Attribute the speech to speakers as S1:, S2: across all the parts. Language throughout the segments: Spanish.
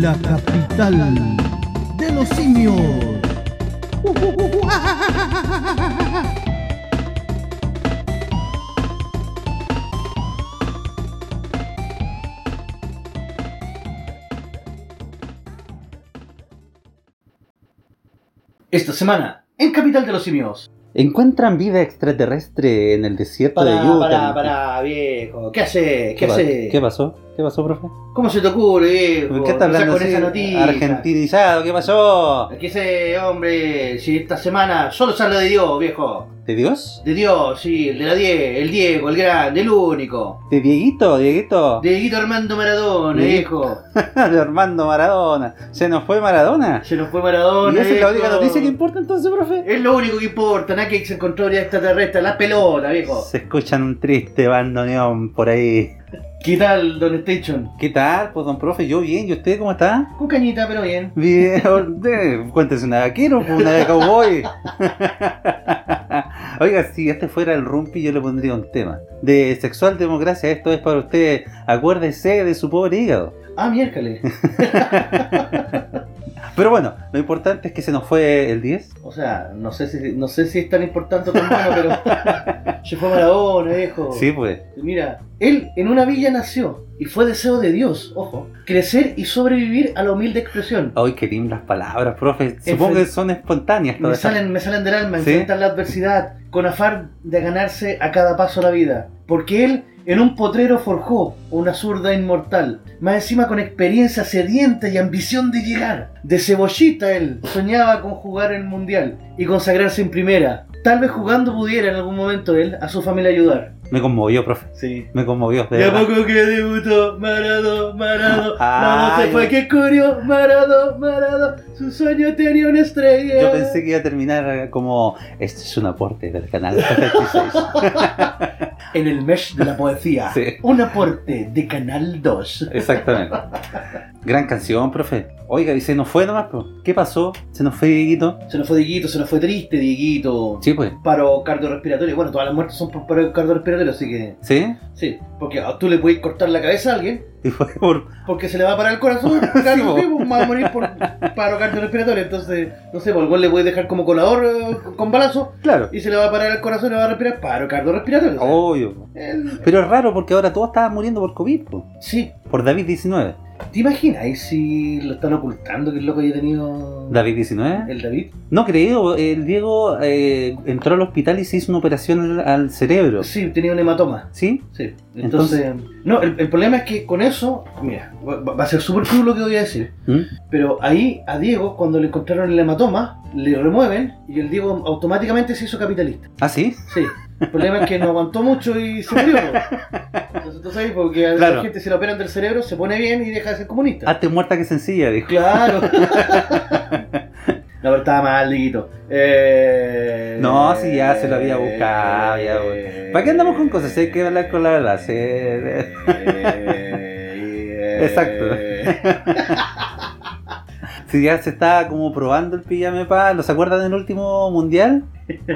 S1: la capital de los simios.
S2: Esta semana, en Capital de los Simios.
S3: Encuentran vida extraterrestre en el desierto
S2: Para,
S3: de Utah.
S2: para, para, viejo. ¿Qué haces? ¿Qué
S3: pa-
S2: haces?
S3: ¿Qué pasó? ¿Qué pasó, profe?
S2: ¿Cómo se te ocurre, viejo?
S3: ¿Qué
S2: Empezar
S3: está hablando
S2: con
S3: así?
S2: esa noticia?
S3: Argentinizado, ¿qué pasó?
S2: Aquí ese hombre, si esta semana solo se habla de Dios, viejo.
S3: ¿De Dios?
S2: De Dios, sí, el de la 10, el Diego, el grande, el único.
S3: ¿De Dieguito? ¿Dieguito?
S2: De Guito Armando Maradona,
S3: Sí.
S2: viejo.
S3: De Armando Maradona. ¿Se nos fue Maradona?
S2: Se nos fue
S3: ¿Y
S2: Maradona.
S3: esa es la única
S2: viejo.
S3: noticia que importa entonces, profe?
S2: Es lo único que importa, nada que se encontró vida extraterrestre, la pelota, viejo.
S3: Se escuchan un triste bandoneón por ahí.
S2: ¿Qué tal, Don Station?
S3: ¿Qué tal, pues, don profe? Yo bien, ¿y usted cómo está?
S2: Con cañita, pero bien.
S3: Bien, eh, cuéntese una de vaquero, pues, una de cowboy. Oiga, si este fuera el rumpi, yo le pondría un tema. De sexual democracia, esto es para usted. Acuérdese de su pobre hígado.
S2: Ah, miércoles.
S3: Pero bueno, lo importante es que se nos fue el 10.
S2: O sea, no sé si, no sé si es tan importante o tan bueno, pero se fue Maradona, viejo.
S3: Sí, pues.
S2: Mira, él en una villa nació y fue deseo de Dios, ojo, crecer y sobrevivir a la humilde expresión.
S3: Ay, qué lindas palabras, profe. Supongo que son espontáneas
S2: Me
S3: todas. esas.
S2: salen, me salen del alma,
S3: Sí.
S2: enfrentar la adversidad, con afán de ganarse a cada paso la vida. Porque él en un potrero forjó una zurda inmortal, más encima con experiencia sedienta y ambición de llegar. De cebollita él soñaba con jugar el mundial y consagrarse en primera. Tal vez jugando pudiera en algún momento él a su familia ayudar.
S3: Me conmovió, profe.
S2: Sí.
S3: Me conmovió. De
S2: De a
S3: verdad.
S2: poco que debutó, Marado, Marado, la voz
S3: Ay.
S2: se fue que corrió, Marado, Marado, su sueño tenía una estrella.
S3: Yo pensé que iba a terminar como este es un aporte del canal 76".
S2: En el mesh de la poesía.
S3: Sí.
S2: Un aporte de Canal 2.
S3: Exactamente. Gran canción, profe. Oiga, y se nos fue nomás, po. ¿qué pasó? Se nos fue Dieguito.
S2: Se nos fue Dieguito, se nos fue triste Dieguito.
S3: Sí, pues.
S2: Paro cardiorrespiratorio. Bueno, todas las muertes son por paro cardiorrespiratorio, así que...
S3: ¿Sí?
S2: Sí, porque a- tú le puedes cortar la cabeza a alguien,
S3: Y fue por.
S2: porque se le va a parar el corazón, claro,
S3: Sí,
S2: sí, pues, va a morir por paro cardiorrespiratorio. Entonces, no sé, pues, al gol le puedes dejar como colador eh, con balazo,
S3: Claro.
S2: y se le va a parar el corazón y va a respirar paro cardiorrespiratorio. o sea,
S3: Obvio. po.
S2: el-
S3: Pero es raro porque ahora todos estaban muriendo por COVID, po.
S2: sí,
S3: por David-19.
S2: ¿te imaginas si lo están ocultando que el loco haya tenido
S3: ¿David-19?
S2: el David?
S3: No creo, el Diego eh, entró al hospital y se hizo una operación al, al cerebro.
S2: Sí, tenía un hematoma.
S3: ¿Sí?
S2: Sí, entonces, no, el, el problema es que con eso, mira, va, va a ser súper cruel lo que voy a decir,
S3: ¿Mm?
S2: pero ahí a Diego, cuando le encontraron el hematoma, le remueven y el Diego automáticamente se hizo capitalista.
S3: ¿Ah, sí?
S2: Sí, el problema es que no aguantó mucho y se murió. Entonces, tú sabes, porque a
S3: Claro.
S2: la gente se lo operan del cerebro, se pone bien y deja de ser comunista.
S3: Hazte muerta que sencilla, dijo.
S2: Claro. No, pero estaba mal, Diguito. Eh,
S3: No, sí, ya se lo había buscado, ya,
S2: eh,
S3: ¿Para qué andamos con cosas? Hay que hablar con la verdad, sí.
S2: Eh,
S3: Exacto.
S2: eh,
S3: Si ya se está como probando el pijame pa, ¿no se acuerdan del último mundial?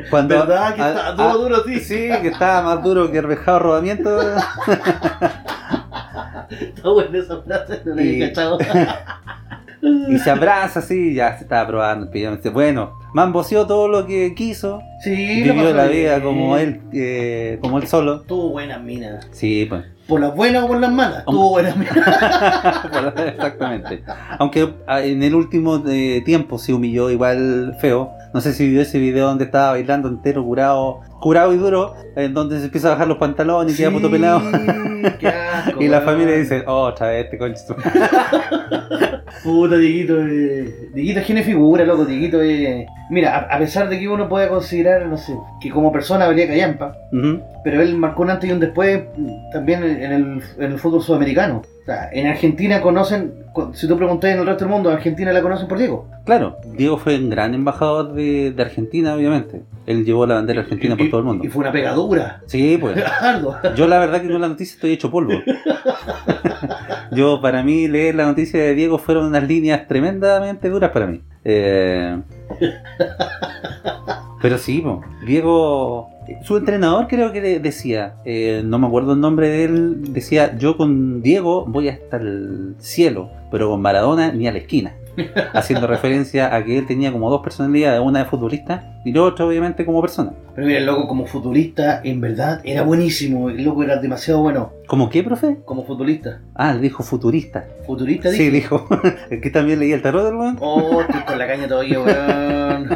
S3: Cuando
S2: ¿Verdad que
S3: a-
S2: está
S3: a-
S2: duro, duro, sí?
S3: Sí, que estaba más duro que el rejado rodamiento.
S2: Está buena esa frase, no la había
S3: Y-
S2: cachado.
S3: Y se abraza así, ya se estaba probando el pijame. Dice, Bueno, mamboseó todo lo que quiso.
S2: Sí, lo
S3: Vivió
S2: pasó
S3: la
S2: bien.
S3: vida como él, eh, como él solo.
S2: Tuvo buenas minas.
S3: Sí, pues.
S2: Por las buenas o por las malas.
S3: Hombre.
S2: Tuvo buenas minas.
S3: Exactamente. Aunque ah, en el último eh, tiempo se humilló igual feo. No sé si vio ese video donde estaba bailando entero, curado, curado y duro, en donde se empieza a bajar los pantalones y queda puto pelado.
S2: Qué asco,
S3: Y la
S2: weón.
S3: familia dice, oh, otra vez este conchito.
S2: Puta, Dieguito, eh. Dieguito es genio figura, loco, Dieguito eh. Mira, a, a pesar de que uno puede considerar, no sé, que como persona habría callampa,
S3: Ujú.
S2: pero él marcó un antes y un después mm, también en en el, en el fútbol sudamericano. O sea, en Argentina conocen, cu- si tú preguntas en el resto del mundo, Argentina la conocen por Diego.
S3: Claro, Diego fue un gran embajador de, de Argentina, obviamente. Él llevó la bandera argentina por
S2: Y-
S3: todo el mundo.
S2: Y fue una pegadura.
S3: Sí, pues.
S2: Ardo.
S3: Yo la verdad que con la noticia estoy hecho polvo. Yo para mí leer la noticia de Diego fueron unas líneas tremendamente duras para mí. Eh, Pero sí, po, Diego Su entrenador creo que le decía, eh, no me acuerdo el nombre de él, decía, yo con Diego voy hasta el cielo, pero con Maradona ni a la esquina. Haciendo referencia a que él tenía como dos personalidades, una de futbolista y la otra obviamente como persona.
S2: Pero mira, el loco como futbolista, en verdad, era buenísimo. El loco era demasiado bueno
S3: ¿Cómo qué, profe?
S2: como futbolista.
S3: Ah, le dijo futurista.
S2: Futurista,
S3: Sí,
S2: dije.
S3: dijo. Es que también leía el tarot del weón.
S2: Oh, estoy con la caña todavía, weón.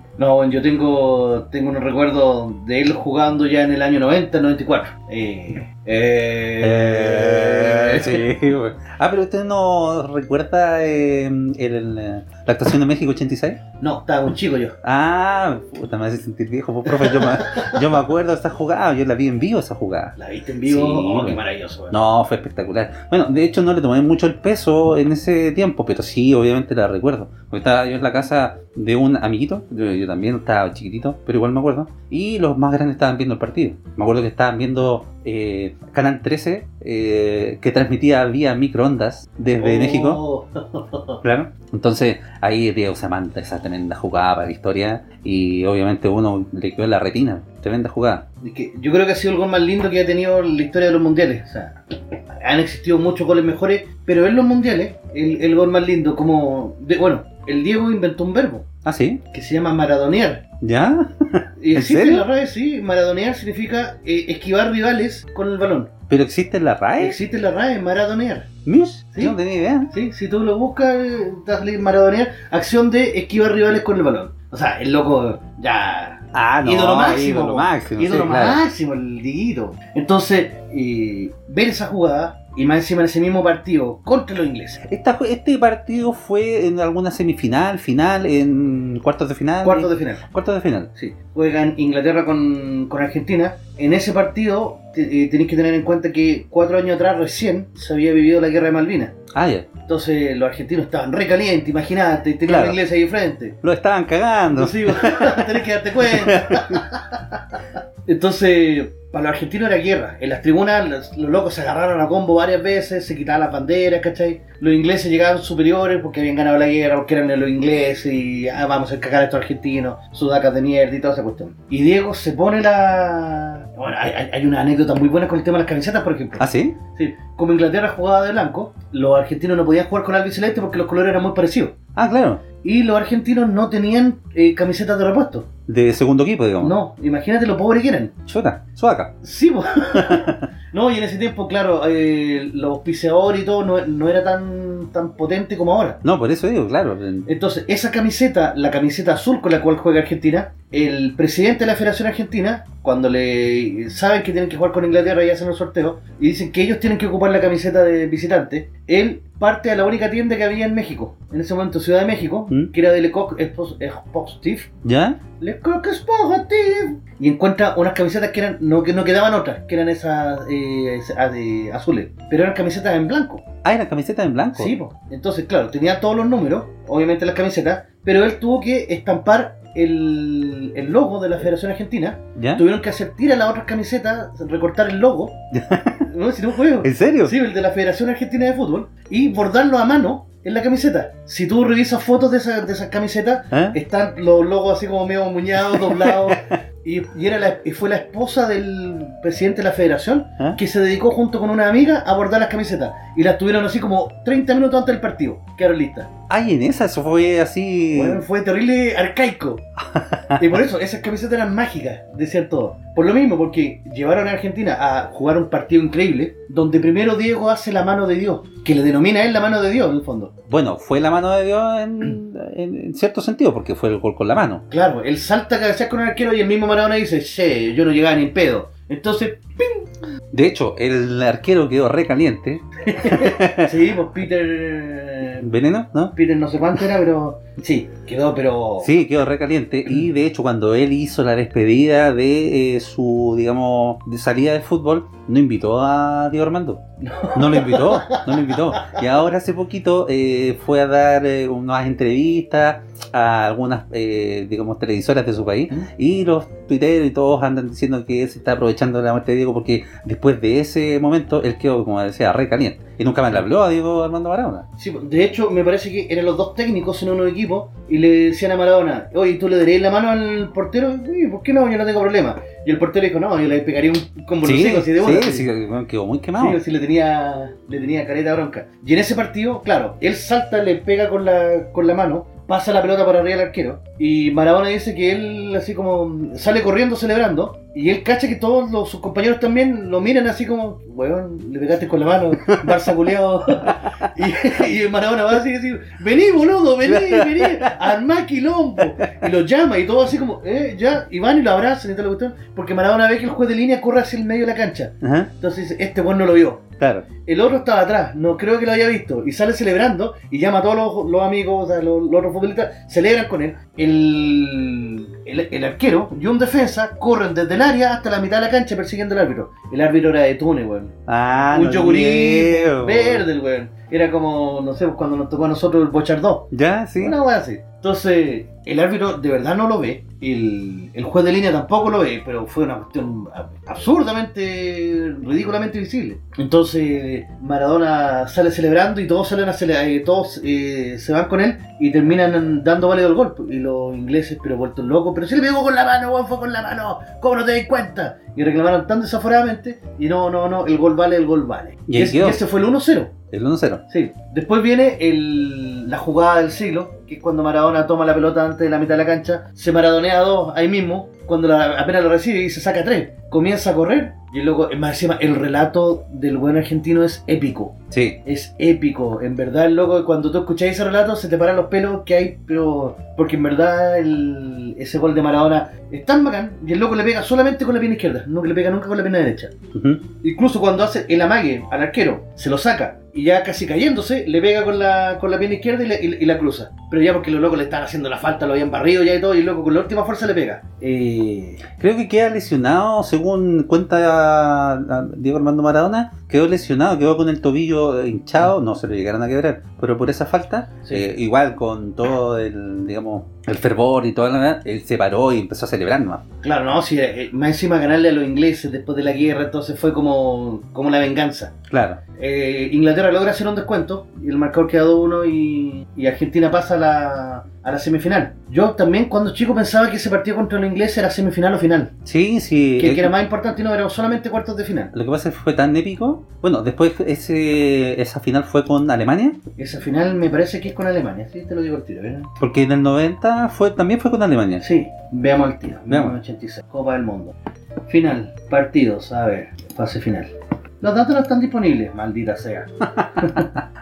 S2: No, weón, yo tengo, tengo un recuerdo de él jugando ya en el año 90, 94. Eh, eh,
S3: Eh, sí, güey. Ah, pero usted no recuerda eh, el- el, eh, la actuación de México 86?
S2: No, estaba un chico yo.
S3: Ah, puta, me hace sentir viejo, pues, profe. Yo me, yo me acuerdo de esa jugada, yo la vi en vivo esa jugada.
S2: ¿La viste en vivo?
S3: Sí,
S2: oh, qué
S3: weón.
S2: maravilloso, weón.
S3: No, fue espectacular. Bueno, de hecho no le tomé mucho el peso en ese tiempo, pero sí, obviamente la recuerdo. Porque estaba yo en la casa de un amiguito, yo, yo también estaba chiquitito, pero igual me acuerdo. Y los más grandes estaban viendo el partido. Me acuerdo que estaban viendo eh, Canal 13, eh, que transmitía vía microondas desde
S2: Oh,
S3: México. Claro. Entonces, ahí Diego Samanta, esa tremenda jugada para la historia. Y obviamente uno le quedó en la retina. Tremenda jugada.
S2: es que yo creo que ha sido el gol más lindo que ha tenido la historia de los mundiales. O sea, han existido muchos goles mejores, pero en los mundiales, el, el gol más lindo, como. de- bueno, el Diego inventó un verbo
S3: ¿Ah, sí?
S2: que se llama maradonear.
S3: ¿Ya?
S2: Y
S3: ¿En
S2: existe
S3: serio?
S2: en la RAE, sí. Maradonear significa eh, esquivar rivales con el balón.
S3: ¿Pero existe la RAE?
S2: Existe en la RAE, maradonear.
S3: ¿Mish?
S2: Sí.
S3: Yo no tenía idea.
S2: ¿sí? Si tú lo buscas, eh, te va a salir maradonear, acción de esquivar rivales con el balón. O sea, el loco ya.
S3: Ah, no.
S2: Ídolo máximo.
S3: Ídolo máximo.
S2: ídolo
S3: sí, claro.
S2: máximo, el diguito. Entonces, eh, ver esa jugada y más encima en ese mismo partido contra los ingleses.
S3: Esta- este partido fue en alguna semifinal, final, en cuartos de final.
S2: Cuartos de final.
S3: Cuartos de final.
S2: Sí, juegan Inglaterra con, con Argentina. En ese partido te- eh, tenéis que tener en cuenta que cuatro años atrás recién se había vivido la guerra de Malvinas.
S3: Ah, ya.
S2: Entonces los argentinos estaban re calientes, imagínate, y tenían
S3: Claro.
S2: la iglesia ahí frente.
S3: Lo estaban cagando.
S2: Entonces, tenés que darte cuenta. Entonces, para los argentinos era guerra. En las tribunas los, los locos se agarraron a combo varias veces, se quitaban las banderas, ¿cachai? Los ingleses llegaban superiores porque habían ganado la guerra, porque eran los ingleses y ah, vamos a cagar a estos argentinos, sudacas de mierda y toda esa cuestión. Y Diego se pone la... Bueno, hay, hay- hay una anécdota muy buena con el tema de las camisetas, por ejemplo.
S3: ¿Ah, sí?
S2: Sí, como Inglaterra jugaba de blanco, los argentinos no podían jugar con albiceleste porque los colores eran muy parecidos.
S3: Ah, claro.
S2: Y los argentinos no tenían eh, camisetas de repuesto.
S3: De segundo equipo, digamos.
S2: No, imagínate lo pobre que eran.
S3: Chuta. Suaca.
S2: Sí, po. No, y en ese tiempo, claro, eh, los auspiciadores y todo no, no era tan, tan potente como ahora.
S3: No, por eso digo, claro.
S2: Entonces, esa camiseta, la camiseta azul con la cual juega Argentina, el presidente de la Federación Argentina, cuando le saben que tienen que jugar con Inglaterra y hacen el sorteo, y dicen que ellos tienen que ocupar la camiseta de visitante, él parte a la única tienda que había en México, en ese momento Ciudad de México,
S3: ¿Mm?
S2: que era de Lecoq Expos- Expositif,
S3: ¿Ya?
S2: Lecoq Expositif, y encuentra unas camisetas que eran no, que no quedaban otras, que eran esas eh, esas de azules, pero eran camisetas en blanco.
S3: Ah, era camiseta en blanco.
S2: Sí, po. entonces, claro, tenía todos los números, obviamente las camisetas, pero él tuvo que estampar el, el logo de la Federación Argentina.
S3: ¿Ya?
S2: Tuvieron que hacer tirar las otras camisetas, recortar el logo. no, si no juego.
S3: ¿En serio?
S2: Sí, el de la Federación Argentina de Fútbol. Y bordarlo a mano en la camiseta. Si tú revisas fotos de, esa- de esas camisetas,
S3: ¿Eh?
S2: están los logos así como medio muñados, doblados. Y, y era la- y fue la esposa del presidente de la federación
S3: ¿Ah?
S2: que se dedicó junto con una amiga a bordar las camisetas. Y las tuvieron así como 30 minutos antes del partido. Quedaron listas.
S3: Ay, en esa, eso fue así.
S2: Bueno, fue terrible arcaico. y por eso esas camisetas eran mágicas, decían todos. Por lo mismo, porque llevaron a Argentina a jugar un partido increíble donde primero Diego hace la mano de Dios, que le denomina él la mano de Dios en el fondo.
S3: Bueno, fue la mano de Dios en, en- en cierto sentido, porque fue el gol con la mano.
S2: Claro, él salta a cabecear con el arquero y el mismo Maradona dice, che, yo no llegaba ni en pedo. Entonces,
S3: De hecho, el arquero quedó re caliente.
S2: sí, pues Peter...
S3: Veneno, ¿no?
S2: Peter no sé cuánto era, pero sí, quedó, pero...
S3: Sí, quedó recaliente. Y de hecho, cuando él hizo la despedida de eh, su, digamos, de salida de fútbol, no invitó a Diego Armando. No lo invitó, no lo invitó. Y ahora hace poquito eh, fue a dar eh, unas entrevistas a algunas, eh, digamos, televisoras de su país. Y los tuiteros y todos andan diciendo que él se está aprovechando de la muerte de Diego porque después de ese momento él quedó, como decía, recaliente. Y nunca más le habló a Diego Armando Maradona.
S2: pues, Sí, de hecho, me parece que eran los dos técnicos en un equipo equipo y le decían a Maradona, oye, ¿tú le darías la mano al portero? "Sí, ¿Por qué no? Yo no tengo problema. Y el portero dijo, no, yo le pegaría un combo
S3: Sí,
S2: seco, así de bola".
S3: sí, sí, bueno, quedó muy quemado.
S2: Sí, sí, le tenía, le tenía careta bronca. Y en ese partido, claro, él salta, le pega con la, con la mano, pasa la pelota para arriba del arquero. Y Maradona dice que él, así como, sale corriendo celebrando. Y él cacha que todos los- sus compañeros también lo miran así como, weón, le pegaste con la mano, Barça culeado. y, y Maradona va así y dice, vení boludo, vení, vení, armá quilombo. Y lo llama y todo así como, eh, ya. Y van y lo abrazan y toda la cuestión. Porque Maradona ve que el juez de línea corre hacia el medio de la cancha.
S3: Ajá,
S2: Entonces dice, este weón no lo vio.
S3: claro.
S2: El otro estaba atrás, no creo que lo haya visto. Y sale celebrando y llama a todos los, los amigos, o sea, los, los otros futbolistas, celebran con él. El, el, el arquero y un defensa corren desde el área hasta la mitad de la cancha persiguiendo al árbitro. El árbitro era de Túnez, weón.
S3: Ah,
S2: un
S3: lo
S2: yogurí
S3: llevo.
S2: verde, el weón. Era como, no sé, cuando nos tocó a nosotros el Bochardó.
S3: Ya, sí.
S2: Una weá así. Entonces, el árbitro de verdad no lo ve. El, el juez de línea tampoco lo ve, pero fue una cuestión ab- absurdamente, ridículamente visible. Entonces, Maradona sale celebrando y todos salen a cele- eh, todos eh, se van con él y terminan dando válido el golpe. Y los ingleses, pero vueltos locos, pero si le pegó con la mano, weón, fue con la mano, ¿cómo no te das cuenta? Y reclamaron tan desaforadamente y no, no, no, el gol vale, el gol vale.
S3: Y ahí
S2: ese-
S3: quedó.
S2: ese fue el 1-0.
S3: El 1-0.
S2: Sí. Después viene el- la jugada del siglo, que es cuando Maradona toma la pelota antes de la mitad de la cancha, se maradonea a dos ahí mismo, cuando la- apenas lo recibe y se saca tres. Comienza a correr y luego, más encima, el relato del buen argentino es épico.
S3: Sí.
S2: Es épico. En verdad, el loco, cuando tú escuchás ese relato, se te paran los pelos que hay, pero. Porque en verdad, el- ese gol de Maradona es tan bacán y el loco le pega solamente con la pierna izquierda, no le pega nunca con la pierna derecha.
S3: Ujú.
S2: Incluso cuando hace el amague al arquero, se lo saca y ya casi cayéndose, le pega con la, con la pierna izquierda y, la- y- y la cruza. Pero ya porque los locos le están haciendo la falta, lo habían barrido ya y todo, y el loco con la última fuerza le pega. Eh,
S3: Creo que queda lesionado, según cuenta ah, Diego Armando Maradona, quedó lesionado, quedó con el tobillo hinchado, no se lo llegaron a quebrar, pero por esa falta,
S2: Sí.
S3: eh, igual con todo el, digamos, el fervor y toda la él se paró y empezó a celebrar más.
S2: claro, no, si eh, más encima ganarle a los ingleses después de la guerra, entonces fue como, como la venganza.
S3: Claro.
S2: Eh, Inglaterra logra hacer un descuento y el marcador queda 2-1 y, y Argentina pasa a la, a la semifinal. Yo también cuando chico pensaba que ese partido contra los ingleses era semifinal o final,
S3: Sí, sí.
S2: que,
S3: eh,
S2: que era más importante y no era solamente cuartos de final.
S3: Lo que pasa es que fue tan épico. Bueno, después ese, esa final fue con Alemania,
S2: Esa final me parece que es con Alemania, sí, te lo digo al tiro, ¿verdad?
S3: porque en el 90 fue, también fue con Alemania.
S2: Sí, veamos al tiro.
S3: Veamos.
S2: 86, Copa del Mundo. Final, partidos, a ver, fase final. Los datos no están disponibles, maldita sea.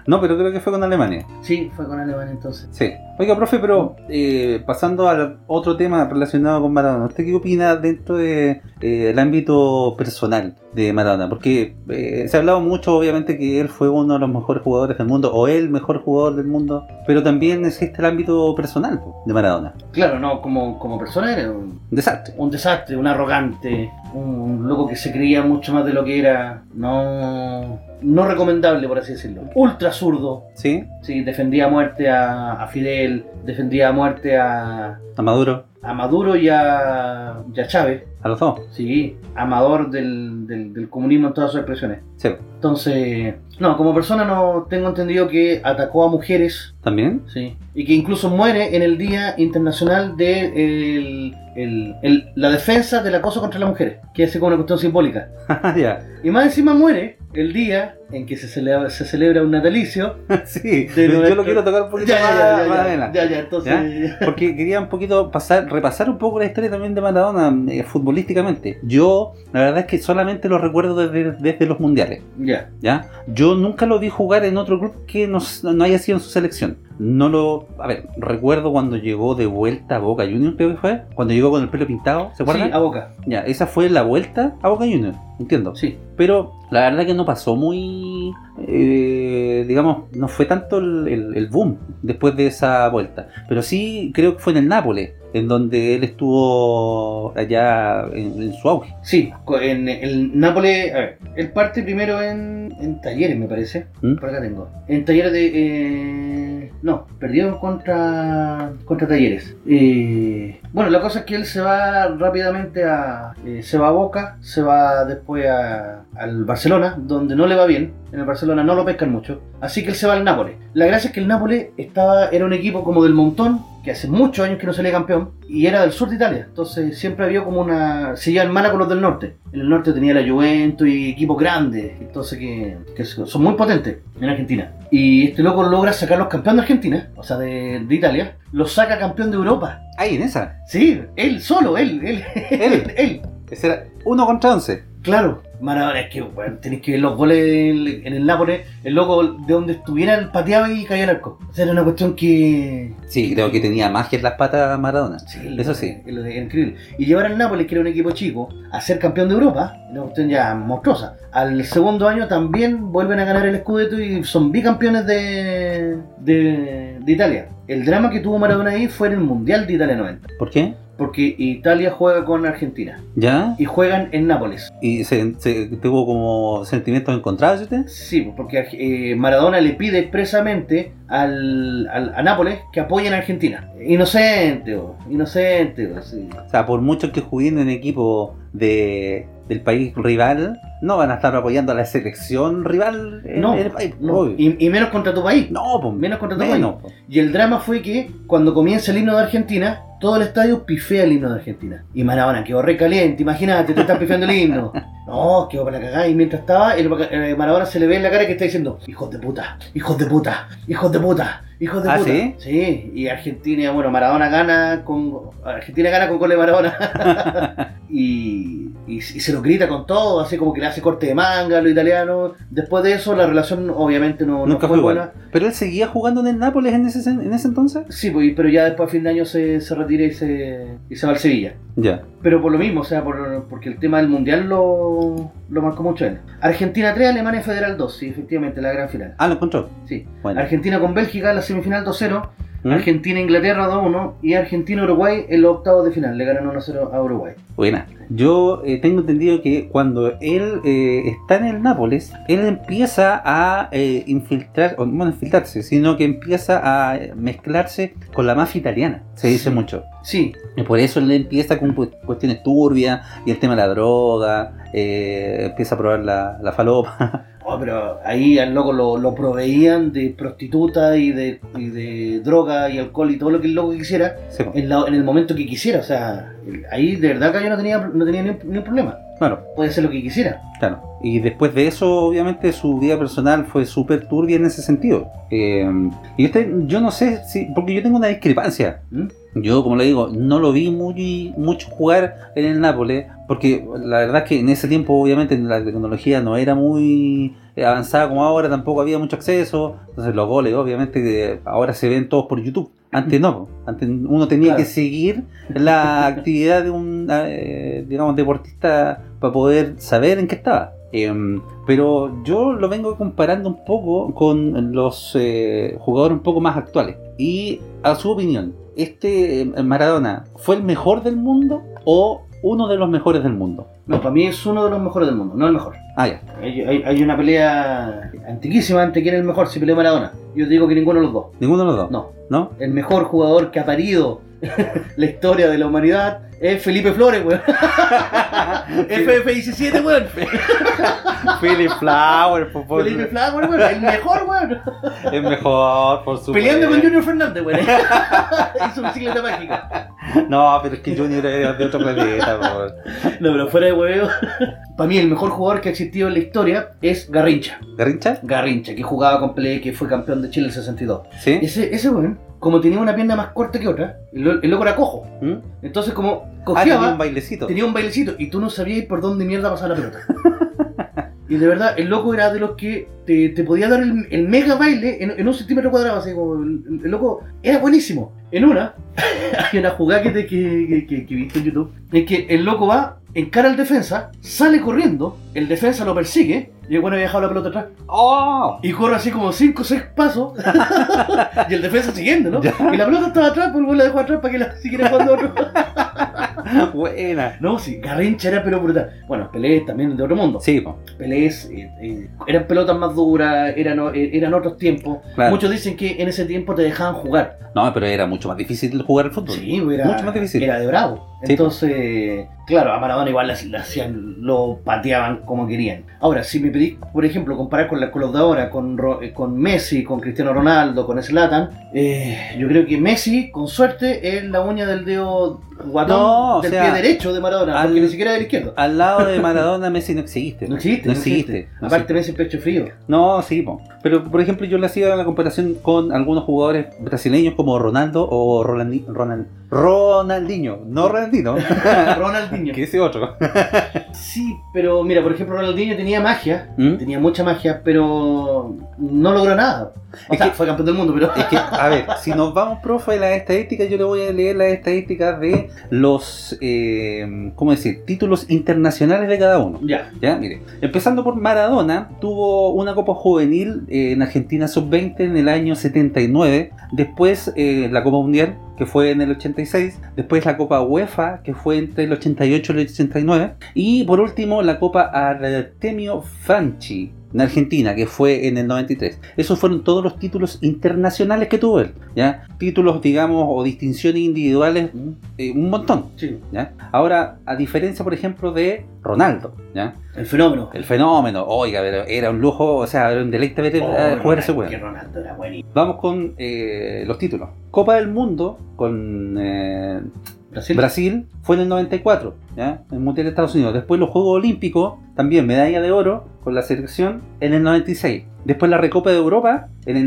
S3: No, pero creo que fue con Alemania.
S2: Sí, fue con Alemania entonces.
S3: Sí. Oiga, profe, pero eh, pasando al otro tema relacionado con Maradona, ¿usted qué opina dentro del de, eh, el ámbito personal de Maradona? Porque eh, se ha hablado mucho, obviamente, que él fue uno de los mejores jugadores del mundo, o el mejor jugador del mundo, pero también existe el ámbito personal po, de Maradona.
S2: Claro, no, como, como persona era un,
S3: Un desastre.
S2: un desastre, un arrogante, un, un loco que se creía mucho más de lo que era. No, no recomendable, por así decirlo. Ultra zurdo.
S3: ¿Sí?
S2: Sí, defendía a muerte a, a Fidel, defendía a muerte a,
S3: A Maduro,
S2: a Maduro y a, y a Chávez.
S3: a los dos.
S2: Sí, amador del, del- del comunismo en todas sus expresiones.
S3: Sí.
S2: Entonces, no, como persona no tengo entendido que atacó a mujeres,
S3: ¿También?
S2: sí, y que incluso muere en el Día Internacional de el- el- el- la Defensa del Acoso contra las Mujeres, que es como una cuestión simbólica.
S3: Ah, ya.
S2: Y más encima muere el día en que se celebra, se celebra un natalicio.
S3: sí.
S2: De
S3: yo
S2: nuestro-
S3: lo quiero tocar un poquito
S2: Ya, ya,
S3: más,
S2: ya, ya,
S3: más
S2: ya,
S3: adelante.
S2: ya, ya, entonces...
S3: Porque quería un poquito pasar, repasar un poco la historia también de Maradona eh, futbolísticamente. Yo, la verdad es que solamente lo recuerdo desde, desde los mundiales.
S2: Ya,
S3: ¿ya? Yo nunca lo vi jugar en otro club que no, s- no haya sido en su selección. No lo. A ver, recuerdo cuando llegó de vuelta a Boca Juniors, creo que fue. Cuando llegó con el pelo pintado, ¿se
S2: sí,
S3: acuerdan?
S2: a boca,
S3: Ya, esa fue la vuelta a Boca Juniors, entiendo.
S2: sí.
S3: Pero la verdad que no pasó muy. eh, digamos, no fue tanto el, el- el boom después de esa vuelta. Pero sí creo que fue en el Nápoles, en donde él estuvo allá en, en su auge.
S2: Sí, co- en el Nápoles, a ver, él parte primero en, en talleres, me parece.
S3: ¿Mm?
S2: Por acá tengo. En talleres de. eh, eh, no, perdió contra, contra Talleres. Eh, bueno, la cosa es que él se va rápidamente a. eh, se va a Boca, se va después a- al Barcelona, donde no le va bien. En el Barcelona no lo pescan mucho. Así que él se va al Nápoles. La gracia es que el Nápoles estaba, era un equipo como del montón, que hace muchos años que no salía campeón, y era del sur de Italia. Entonces siempre había como una. Se llevan mala con los del norte. En el norte tenía la Juventus y equipos grandes, entonces que, que son muy potentes en Argentina. Y este loco logra sacar los campeones de Argentina, o sea, de, de Italia, los saca campeón de Europa.
S3: Ahí, en esa.
S2: Sí, él solo, él, él, él,
S3: Él.
S2: él.
S3: Ese era 1 contra 11.
S2: Claro, Maradona, es que bueno, tenéis que ver los goles del- en el Nápoles, el loco de donde estuviera él pateaba y caía el arco. O sea, era una cuestión que
S3: Sí, creo que tenía magia en las patas Maradona.
S2: Sí,
S3: Eso sí.
S2: lo de- increíble. Y llevar al Nápoles, que era un equipo chico, a ser campeón de Europa, una cuestión ya monstruosa. Al segundo año también vuelven a ganar el Scudetto y son bicampeones de, de, de Italia. El drama que tuvo Maradona ahí fue en el Mundial de Italia 90,
S3: ¿Por qué?
S2: porque Italia juega con Argentina
S3: ¿Ya?
S2: y juegan en Nápoles.
S3: ¿Y se, se- tuvo como sentimientos encontrados usted?
S2: Sí, porque eh, Maradona le pide expresamente al, al- a Nápoles que apoyen a Argentina. Inocente, oh, inocente, oh, sí.
S3: O sea, por mucho que jueguen en equipo de, del país rival, no van a estar apoyando a la selección rival en,
S2: No,
S3: en el país.
S2: No,
S3: obvio.
S2: y, y menos contra tu país.
S3: no, pues,
S2: menos contra tu
S3: menos, pues.
S2: Y el drama fue que cuando comienza el himno de Argentina, todo el estadio pifea el himno de Argentina. Y Maradona quedó recaliente, imagínate, te están pifiando el himno. No, quedó para la cagada. Y mientras estaba, el Maca- eh, Maradona se le ve en la cara que está diciendo, hijos de puta, hijos de puta, hijos de puta, hijos de
S3: ¿Ah,
S2: puta.
S3: sí?
S2: Sí, y Argentina, bueno, Maradona gana con. Argentina gana con gol de Maradona. y, y- y se lo grita con todo, así como que le hace corte de manga a los italianos. Después de eso, la relación obviamente no, no
S3: Nunca
S2: fue
S3: fue
S2: buena.
S3: igual. Pero él seguía jugando en el Nápoles en ese, en ese entonces.
S2: Sí, pues, pero ya después a fin de año se, se retira y se, y se va al Sevilla.
S3: Ya.
S2: Pero por lo mismo, o sea, por- porque el tema del Mundial lo, lo marcó mucho él. Argentina 3, Alemania Federal 2, sí, efectivamente, la gran final.
S3: Ah, lo encontró.
S2: Sí.
S3: Bueno.
S2: Argentina con Bélgica, la semifinal 2-0.
S3: ¿Mm?
S2: Argentina-Inglaterra 2-1. Y Argentina-Uruguay en los octavos de final. Le ganan 1-0 a Uruguay.
S3: Buena. Yo eh, tengo entendido que cuando él eh, está en el Nápoles, él empieza a eh, infiltrar, o no infiltrarse, sino que empieza a eh, mezclarse con la mafia italiana. Se dice
S2: Sí.
S3: mucho.
S2: Sí,
S3: Y por eso él empieza con cu- cuestiones turbias y el tema de la droga, eh, empieza a probar la, la falopa.
S2: Oh, pero ahí al loco lo, lo proveían de prostituta y de, y de droga y alcohol y todo lo que el loco quisiera.
S3: Sí, pues,
S2: en, la- en el momento que quisiera. O sea, el- ahí de verdad que yo no tenía, no tenía ni, un, ni un problema.
S3: claro,
S2: Podía hacer lo que quisiera.
S3: claro. Y después de eso, obviamente, su vida personal fue súper turbia en ese sentido. Eh, y usted, yo no sé si, porque yo tengo una discrepancia.
S2: ¿Mm?
S3: Yo, como le digo, no lo vi muy, mucho jugar en el Nápoles, porque la verdad es que en ese tiempo, obviamente, la tecnología no era muy avanzada como ahora, tampoco había mucho acceso. Entonces, los goles, obviamente, que ahora se ven todos por YouTube. Antes no, antes uno tenía
S2: Mm. Claro.
S3: que seguir la actividad de un, eh, digamos, deportista para poder saber en qué estaba. Em, pero yo lo vengo comparando un poco con los eh, jugadores un poco más actuales. Y a su opinión, ¿este eh, Maradona fue el mejor del mundo o uno de los mejores del mundo?
S2: No, para mí es uno de los mejores del mundo, no el mejor.
S3: Ah, ya.
S2: Hay, hay- hay una pelea antiquísima ante quién es el mejor, si peleó Maradona. Yo digo que ninguno de los dos.
S3: Ninguno de los dos.
S2: No.
S3: ¿No?
S2: El mejor jugador que ha parido la historia de la humanidad es Felipe Flores, weón. FF17, weón.
S3: Philip Flower, por favor.
S2: Felipe Flores, weón. El mejor, weón.
S3: Es mejor, por supuesto.
S2: Peleando con Junior Fernández, weón. Hizo bicicleta mágica.
S3: No, pero es que Junior es de otro planeta, por
S2: No, pero fuera de huevo. Para mí el mejor jugador que ha existido en la historia es Garrincha.
S3: ¿Garrincha?
S2: Garrincha, que jugaba con Pelé, que fue campeón de Chile en el 62.
S3: ¿Sí?
S2: Ese, ese weón, como tenía una pierna más corta que otra, el, lo- el loco era cojo.
S3: ¿Mm?
S2: Entonces como
S3: Ah, tenía un
S2: cojeaba,
S3: bailecito.
S2: tenía un bailecito y tú no sabías por dónde mierda pasaba la pelota. Y de verdad, el loco era de los que te, te podía dar el, el mega baile en, en un centímetro cuadrado. Así como el, el loco era buenísimo. En una, hay una jugada que, te- que, que, que- que viste en YouTube. Es que el loco va, encara al defensa, sale corriendo, el defensa lo persigue, y el bueno había dejado la pelota atrás.
S3: ¡Oh!
S2: Y corre así como 5 o 6 pasos. y el defensa siguiendo, ¿no? Y la pelota estaba atrás, pues el güey la dejó atrás para que la siguiera jugando otro.
S3: Buena.
S2: No, sí, Garrincha era pero brutal. Bueno, Pelé también de otro mundo.
S3: Sí, po.
S2: Pelé es, eh, eh, eran pelotas más duras, eran, o- eh, eran otros tiempos.
S3: Claro.
S2: Muchos dicen que en ese tiempo te dejaban jugar.
S3: No, pero era mucho más difícil jugar al fútbol.
S2: Sí, era,
S3: Mucho más difícil.
S2: era de bravo.
S3: Sí. pues.
S2: Entonces, claro, a Maradona igual las- las hacían- lo pateaban como querían. Ahora, si me pedís, por ejemplo, comparar con, la- con los de ahora, con, Ro- eh, con Messi, con Cristiano Ronaldo, con Zlatan, eh, yo creo que Messi, con suerte, es la uña del dedo guatón
S3: No, o
S2: del
S3: sea,
S2: pie derecho de Maradona,
S3: al-
S2: porque ni siquiera del izquierdo.
S3: Al lado de Maradona, Messi no existe.
S2: No existe,
S3: No existe. No
S2: Aparte, Messi es pecho frío.
S3: No, sí, po. pero por ejemplo yo le hacía la comparación con algunos jugadores brasileños como Ronaldo o Rolandi- Ronald- Ronaldinho, no Ronaldino, Ah,
S2: Ronaldinho.
S3: que ese otro.
S2: Sí, pero mira, por ejemplo, Ronaldinho tenía magia,
S3: ¿Mm?
S2: tenía mucha magia, pero no logró nada. O
S3: Es
S2: sea,
S3: que-
S2: fue campeón del mundo, pero.
S3: Es que, a ver, si nos vamos, profe, a las estadísticas, yo le voy a leer las estadísticas de los, eh, ¿cómo decir?, títulos internacionales de cada uno.
S2: Ya,
S3: Ya, mire. Empezando por Maradona, tuvo una Copa Juvenil eh, en Argentina Sub-20 en el año 79. Después eh, la Copa Mundial, que fue en el 86. Después la Copa UEFA, que fue entre el 88 y el 89. Y por último la Copa Artemio Fanchi. En Argentina, que fue en el 93. Esos fueron todos los títulos internacionales que tuvo él. ¿ya? Títulos, digamos, o distinciones individuales, eh, un montón.
S2: sí.
S3: ¿ya? Ahora, a diferencia, por ejemplo, de Ronaldo. ¿ya?
S2: El fenómeno.
S3: El fenómeno, oiga, pero era un lujo, o sea, era un deleite ver
S2: Oh,
S3: eh, jugar ese
S2: Ronaldo,
S3: weón.
S2: que Ronaldo era buenísimo.
S3: Vamos con eh, los títulos. Copa del Mundo con eh,
S2: Brasil.
S3: Brasil fue en el 94, ¿ya? En Mundial de Estados Unidos. Después los Juegos Olímpicos, también medalla de oro con la selección en el 96. Después la Recopa de Europa en el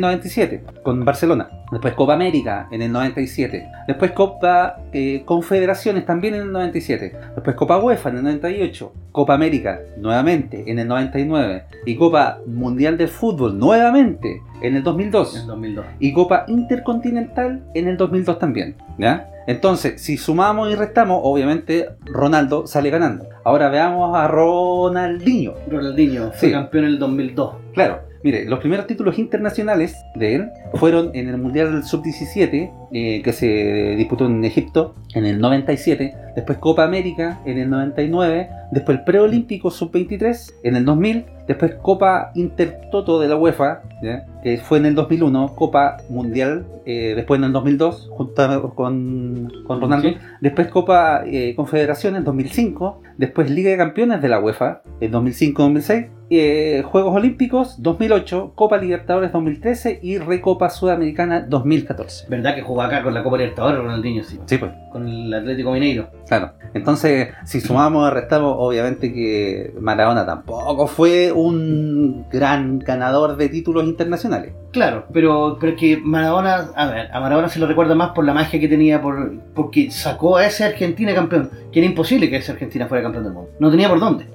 S3: 96-97 con Barcelona. Después Copa América en el 97. Después Copa eh, Confederaciones también en el 97. Después Copa UEFA en el 98. Copa América nuevamente en el 99. Y Copa Mundial de Fútbol nuevamente en el 2002
S2: En 2002.
S3: y Copa Intercontinental en el 2002 también. ¿ya? Entonces, si sumamos y restamos, obviamente Ronaldo sale ganando. Ahora veamos a Ronaldinho.
S2: Ronaldinho fue
S3: Sí.
S2: campeón en el 2002.
S3: Claro, mire, los primeros títulos internacionales de él fueron en el Mundial Sub-17, eh, que se disputó en Egipto en el 97, después Copa América en el 99, después el Preolímpico Sub-23 en el 2000, después Copa Intertoto de la UEFA, ¿ya? que fue en el 2001, Copa Mundial, eh, después en el 2002, junto a- con, con Ronaldo,
S2: Sí.
S3: Después Copa eh, Confederaciones en 2005, después Liga de Campeones de la UEFA en 2005-2006, eh, Juegos Olímpicos 2008, Copa Libertadores 2013 y Recopa Sudamericana 2014.
S2: ¿Verdad que jugó acá con la Copa Libertadores Ronaldinho, sí?
S3: Sí, pues,
S2: Con el Atlético Mineiro.
S3: claro. Entonces, si sumamos y restamos, obviamente que Maradona tampoco fue un gran ganador de títulos internacionales.
S2: Claro, pero, pero es que Maradona, a ver, a Maradona se lo recuerda más por la magia que tenía, por, porque sacó a ese Argentina campeón, que era imposible que ese Argentina fuera campeón del mundo. No tenía por dónde.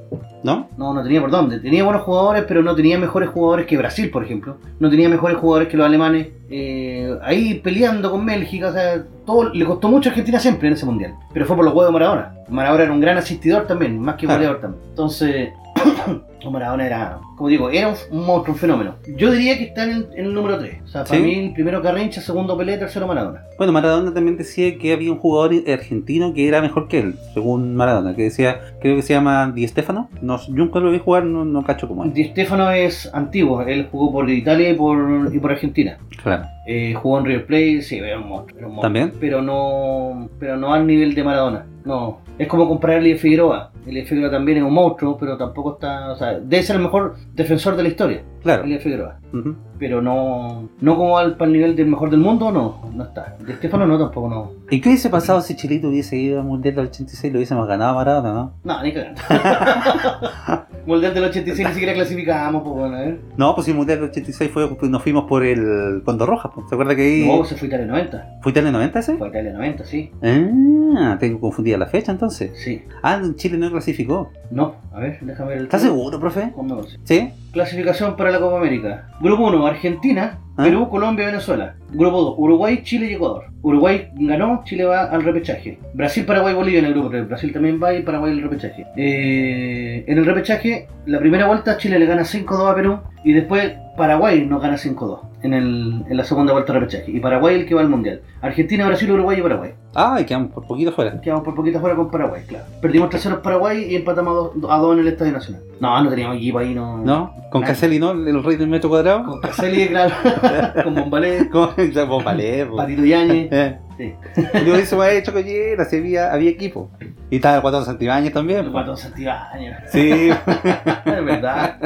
S3: ¿No?
S2: No, no tenía por dónde. Tenía buenos jugadores, pero no tenía mejores jugadores que Brasil, por ejemplo. No tenía mejores jugadores que los alemanes. Eh, ahí peleando con Bélgica, o sea, todo le costó mucho a Argentina siempre en ese mundial. Pero fue por los huevos de Maradona. Maradona era un gran asistidor también, más que
S3: Claro.
S2: goleador también. Entonces, Maradona era, como digo, era un, un monstruo, un fenómeno. Yo diría que está en el, en el número 3. O sea, para
S3: ¿Sí?
S2: mí, el primero Carrincha, segundo Pelé, tercero Maradona.
S3: Bueno, Maradona también decía que había un jugador argentino que era mejor que él, según Maradona, que decía, creo que se llama Di Stefano. No, yo nunca lo vi jugar, no, no cacho cómo es.
S2: Di Stefano es antiguo, él jugó por Italia y por, y por Argentina.
S3: Claro.
S2: Eh, jugó en River Plate, sí, era un monstruo. era un monstruo.
S3: ¿También?
S2: Pero no, pero no al nivel de Maradona. No, es como comparar a Elie Figueroa. Elie Figueroa también es un monstruo, pero tampoco está. O sea, debe ser el mejor defensor de la historia,
S3: Claro.
S2: Elie Figueroa.
S3: Ujú.
S2: Pero no, no como al para el nivel del mejor del mundo, no, no está. De Estefano no, tampoco no.
S3: ¿Y qué hubiese pasado si Chilito hubiese ido al Mundial del 86 y lo hubiésemos ganado a Maradona, no?
S2: No, ni cagando. Mundial del 86 ni siquiera clasificamos, pues bueno, ¿eh?
S3: No, pues si el Mundial del 86 fue, pues, nos fuimos por el Condor Roja, pues. ¿te acuerdas que ahí
S2: No, se fue Italia 90.
S3: fue Italia 90 ese?
S2: Fue Italia 90, sí.
S3: Ah, tengo confundida la fecha entonces.
S2: Sí.
S3: Ah, Chile no clasificó.
S2: No, a ver, déjame ver el.
S3: ¿Estás seguro, profe?
S2: ¿Cuándo lo sé?
S3: Sí.
S2: Clasificación para la Copa América. Grupo 1, Argentina,
S3: Ah.
S2: Perú, Colombia, Venezuela. Grupo 2, Uruguay, Chile y Ecuador. Uruguay ganó, Chile va al repechaje. Brasil, Paraguay, Bolivia en el grupo 3. Brasil también va y Paraguay al repechaje. Eh, en el repechaje, la primera vuelta Chile le gana 5-2 a Perú y después Paraguay nos gana 5-2 en, el- en la segunda vuelta de repechaje. Y Paraguay el que va al mundial. Argentina, Brasil, Uruguay y Paraguay.
S3: Ah, y quedamos por poquito fuera.
S2: Quedamos por poquito fuera con Paraguay, claro. Perdimos 3-0 en Paraguay y empatamos a 2 a dos en el Estadio Nacional. No, no teníamos equipo ahí, no.
S3: ¿No? Con
S2: Ah.
S3: Caselli, ¿no? El rey del metro cuadrado.
S2: Con Caselli, claro. con Bombalé,
S3: Con con Palé, po.
S2: Patito Yáñez.
S3: Eh.
S2: Sí.
S3: Yo hice más hecho collera, si había, había equipo. Y estaba el Guatón Santibáñez también.
S2: El
S3: po.
S2: Guatón Santibáñez.
S3: Sí,
S2: Es verdad.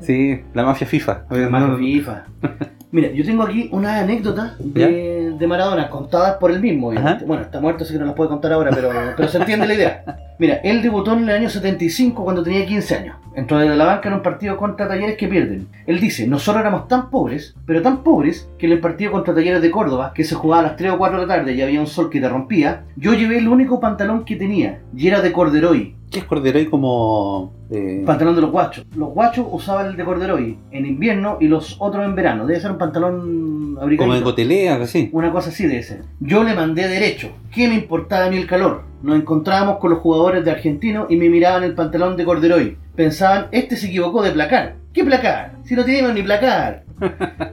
S3: sí, la mafia FIFA.
S2: Hermano
S3: No,
S2: FIFA. Mira, yo tengo aquí una anécdota de, de Maradona contadas por él mismo. obviamente.
S3: Ajá.
S2: Bueno, está muerto, así que no las puede contar ahora, pero, pero se entiende la idea. Mira, él debutó en el año 75 cuando tenía 15 años. Entró desde la banca en un partido contra Talleres que pierden. Él dice, nosotros éramos tan pobres, pero tan pobres, que en el partido contra Talleres de Córdoba, que se jugaba a las 3 o 4 de la tarde y había un sol que te rompía, yo llevé el único pantalón que tenía, y era de corderoy,
S3: ¿Qué es Corderoy como. eh,
S2: Pantalón de los guachos. Los guachos usaban el de corderoy en invierno y los otros en verano. Debe ser un pantalón
S3: como de
S2: abrigado.
S3: cotelea, algo así?
S2: Una cosa así debe ser. Yo le mandé derecho. ¿Qué me importaba a mí el calor? Nos encontrábamos con los jugadores de Argentino y me miraban el pantalón de corderoy. Pensaban, este se equivocó de placar. ¿Qué placar? Si no teníamos ni placar.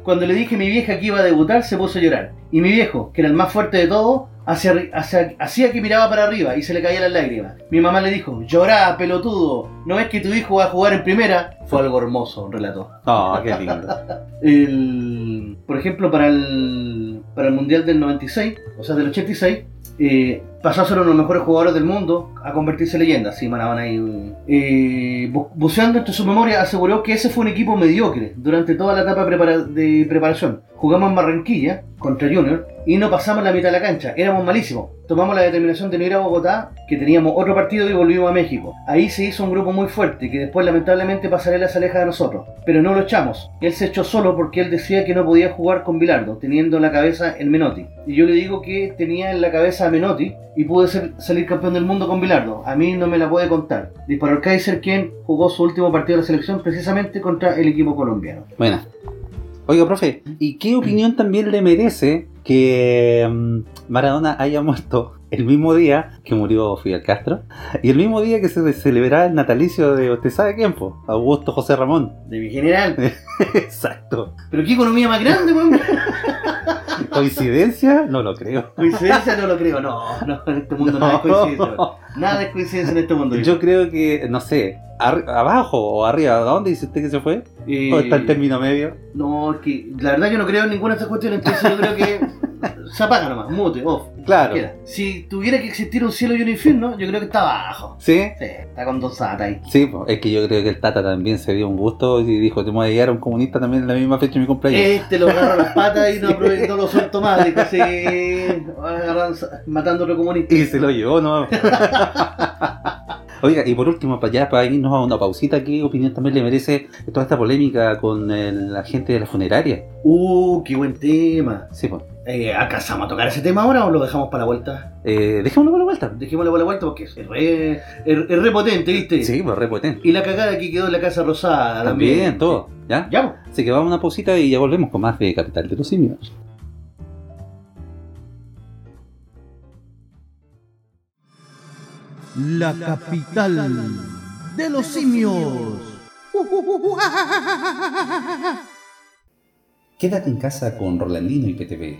S2: Cuando le dije a mi vieja que iba a debutar, se puso a llorar. Y mi viejo, que era el más fuerte de todos, hacia arri- hacia- hacía que miraba para arriba y se le caían las lágrimas. Mi mamá le dijo, llorá, pelotudo, ¿no ves que tu hijo va a jugar en primera? Fue algo hermoso, relató.
S3: Oh, qué lindo.
S2: El- por ejemplo, para el, para el Mundial del 96, o sea, del 86, eh, pasó a ser uno de los mejores jugadores del mundo, a convertirse en leyenda, sí, Maradona ahí. Eh, bu- buceando entre su memoria, aseguró que ese fue un equipo mediocre durante toda la etapa prepara- de preparación. Jugamos en Barranquilla contra Junior y no pasamos la mitad de la cancha, éramos malísimos. Tomamos la determinación de no ir a Bogotá, que teníamos otro partido y volvimos a México. Ahí se hizo un grupo muy fuerte que después lamentablemente Pasarela se aleja de nosotros, pero no lo echamos. Él se echó solo porque él decía que no podía jugar con Bilardo, teniendo la cabeza en Menotti. Y yo le digo que tenía en la cabeza a Menotti y pude ser- salir campeón del mundo con Bilardo. A mí no me la puede contar. Disparó el Kaiser quien jugó su último partido de la selección precisamente contra el equipo colombiano.
S3: Bueno. Oiga, profe, ¿y qué opinión también le merece que mm, Maradona haya muerto el mismo día que murió Fidel Castro y el mismo día que se celebraba el natalicio de usted sabe quién fue? Augusto José Ramón.
S2: De mi general.
S3: Exacto.
S2: Pero qué economía más grande, weón.
S3: ¿Coincidencia? No lo creo.
S2: Coincidencia no lo creo. No, no, en este mundo nada es coincidencia. weón. Nada es coincidencia en este mundo.
S3: Yo creo que, no sé, ar- abajo o arriba, ¿a dónde dice usted que se fue?
S2: Eh,
S3: ¿O está en término medio?
S2: No, es que la verdad yo no creo en ninguna de esas cuestiones, entonces yo creo que se apaga nomás, mute, off.
S3: Claro.
S2: queda. Si tuviera que existir un cielo y un infierno, yo creo que está abajo.
S3: ¿Sí?
S2: Sí, está con dos sata ahí.
S3: Sí, po, es que yo creo que el Tata también se dio un gusto y dijo, te voy a llegar a un comunista también en la misma fecha de mi cumpleaños.
S2: Este lo agarra las patas y no, apro- no lo suelto más, dijo, sí, agarran- matando a otro comunista.
S3: Y se lo llevó, ¿no? Oiga, y por último, para allá, para irnos a una pausita, ¿qué opinión también le merece toda esta polémica con el- la gente de la funeraria?
S2: Uh, qué buen tema.
S3: Sí, pues.
S2: Eh, ¿Alcanzamos a tocar ese tema ahora o lo dejamos para la vuelta?
S3: Eh, dejémoslo por la vuelta.
S2: Dejémoslo para la vuelta porque es re, es, es re potente, ¿viste?
S3: Sí, pues, re potente.
S2: Y la cagada que quedó en la Casa Rosada
S3: También,
S2: también.
S3: todo, ¿ya?
S2: Ya, pues.
S3: Así que vamos a una pausita y ya volvemos con más de Capital de los Simios.
S1: La capital de los simios.
S4: Quédate en casa con Rolandino y PTV,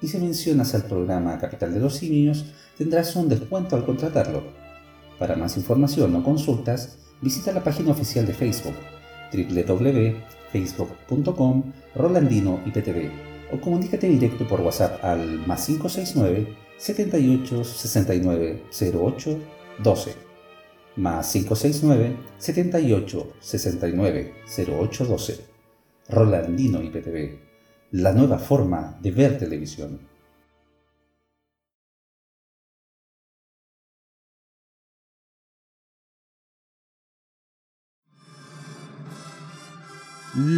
S4: y si mencionas al programa Capital de los Simios, tendrás un descuento al contratarlo. Para más información o consultas, visita la página oficial de Facebook www.facebook.com Rolandino IPTV o comunícate directo por WhatsApp al más 569 78 69 08 12 más 569 78 69 08 12 Rolandino IPTV, la nueva forma de ver televisión.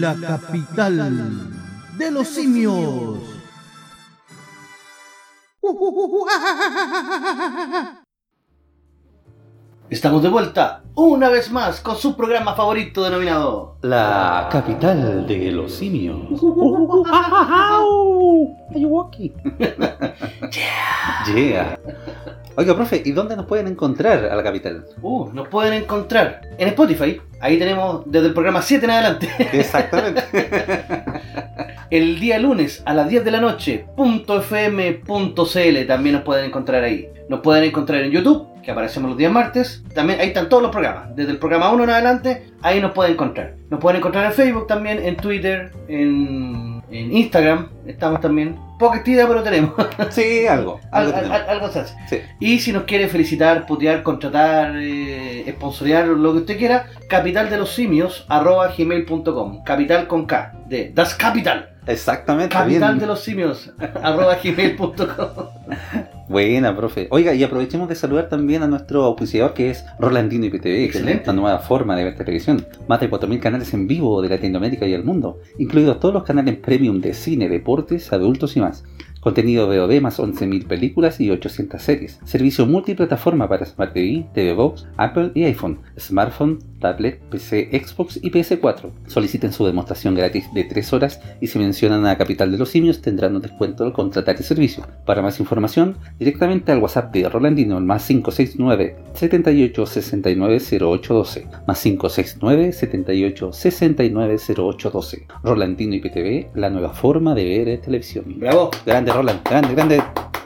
S1: La capital de los simios.
S2: Estamos de vuelta, una vez más, con su programa favorito denominado
S3: La capital de los simios. Ayuwoki. Yeah. Oiga, profe, ¿y dónde nos pueden encontrar a la capital?
S2: Uh, nos pueden encontrar en Spotify. Ahí tenemos desde el programa 7 en adelante.
S3: Exactamente.
S2: El día lunes a las 10 de la noche, .fm.cl también nos pueden encontrar ahí. Nos pueden encontrar en YouTube, que aparecemos los días martes. También ahí están todos los programas. Desde el programa 1 en adelante, ahí nos pueden encontrar. Nos pueden encontrar en Facebook también, en Twitter, en, en Instagram. Estamos también. Poca actividad, pero tenemos.
S3: Sí, algo. algo
S2: Al- al-
S3: tenemos.
S2: al- algo se hace.
S3: Sí.
S2: Y si nos quiere felicitar, putear, contratar, eh, sponsorear, lo que usted quiera, capital de los simios, arroba gmail.com. Capital con K, de Das Capital.
S3: Exactamente.
S2: Capital
S3: bien.
S2: de los simios, arroba gmail.com.
S3: Buena, profe. Oiga, y aprovechemos de saludar también a nuestro auspiciador que es Rolandino IPTV.
S2: Excelente.
S3: Esta nueva forma de ver televisión. Más de 4.000 canales en vivo de Latinoamérica y el mundo, incluidos todos los canales premium de cine, deportes, adultos y más. Contenido VOD más 11.000 películas y 800 series. Servicio multiplataforma para Smart TV, TV Box, Apple y iPhone, smartphone, tablet, PC, Xbox y PS4. Soliciten su demostración gratis de 3 horas y si mencionan a Capital de los Simios tendrán un descuento al contratar el servicio. Para más información, directamente al WhatsApp de Rolandino, el más 569 78 69 0812, más 569 78 69 0812. Rolandino IPTV, la nueva forma de ver eh, televisión.
S2: Bravo,
S3: Grande, Roland, grande, grande,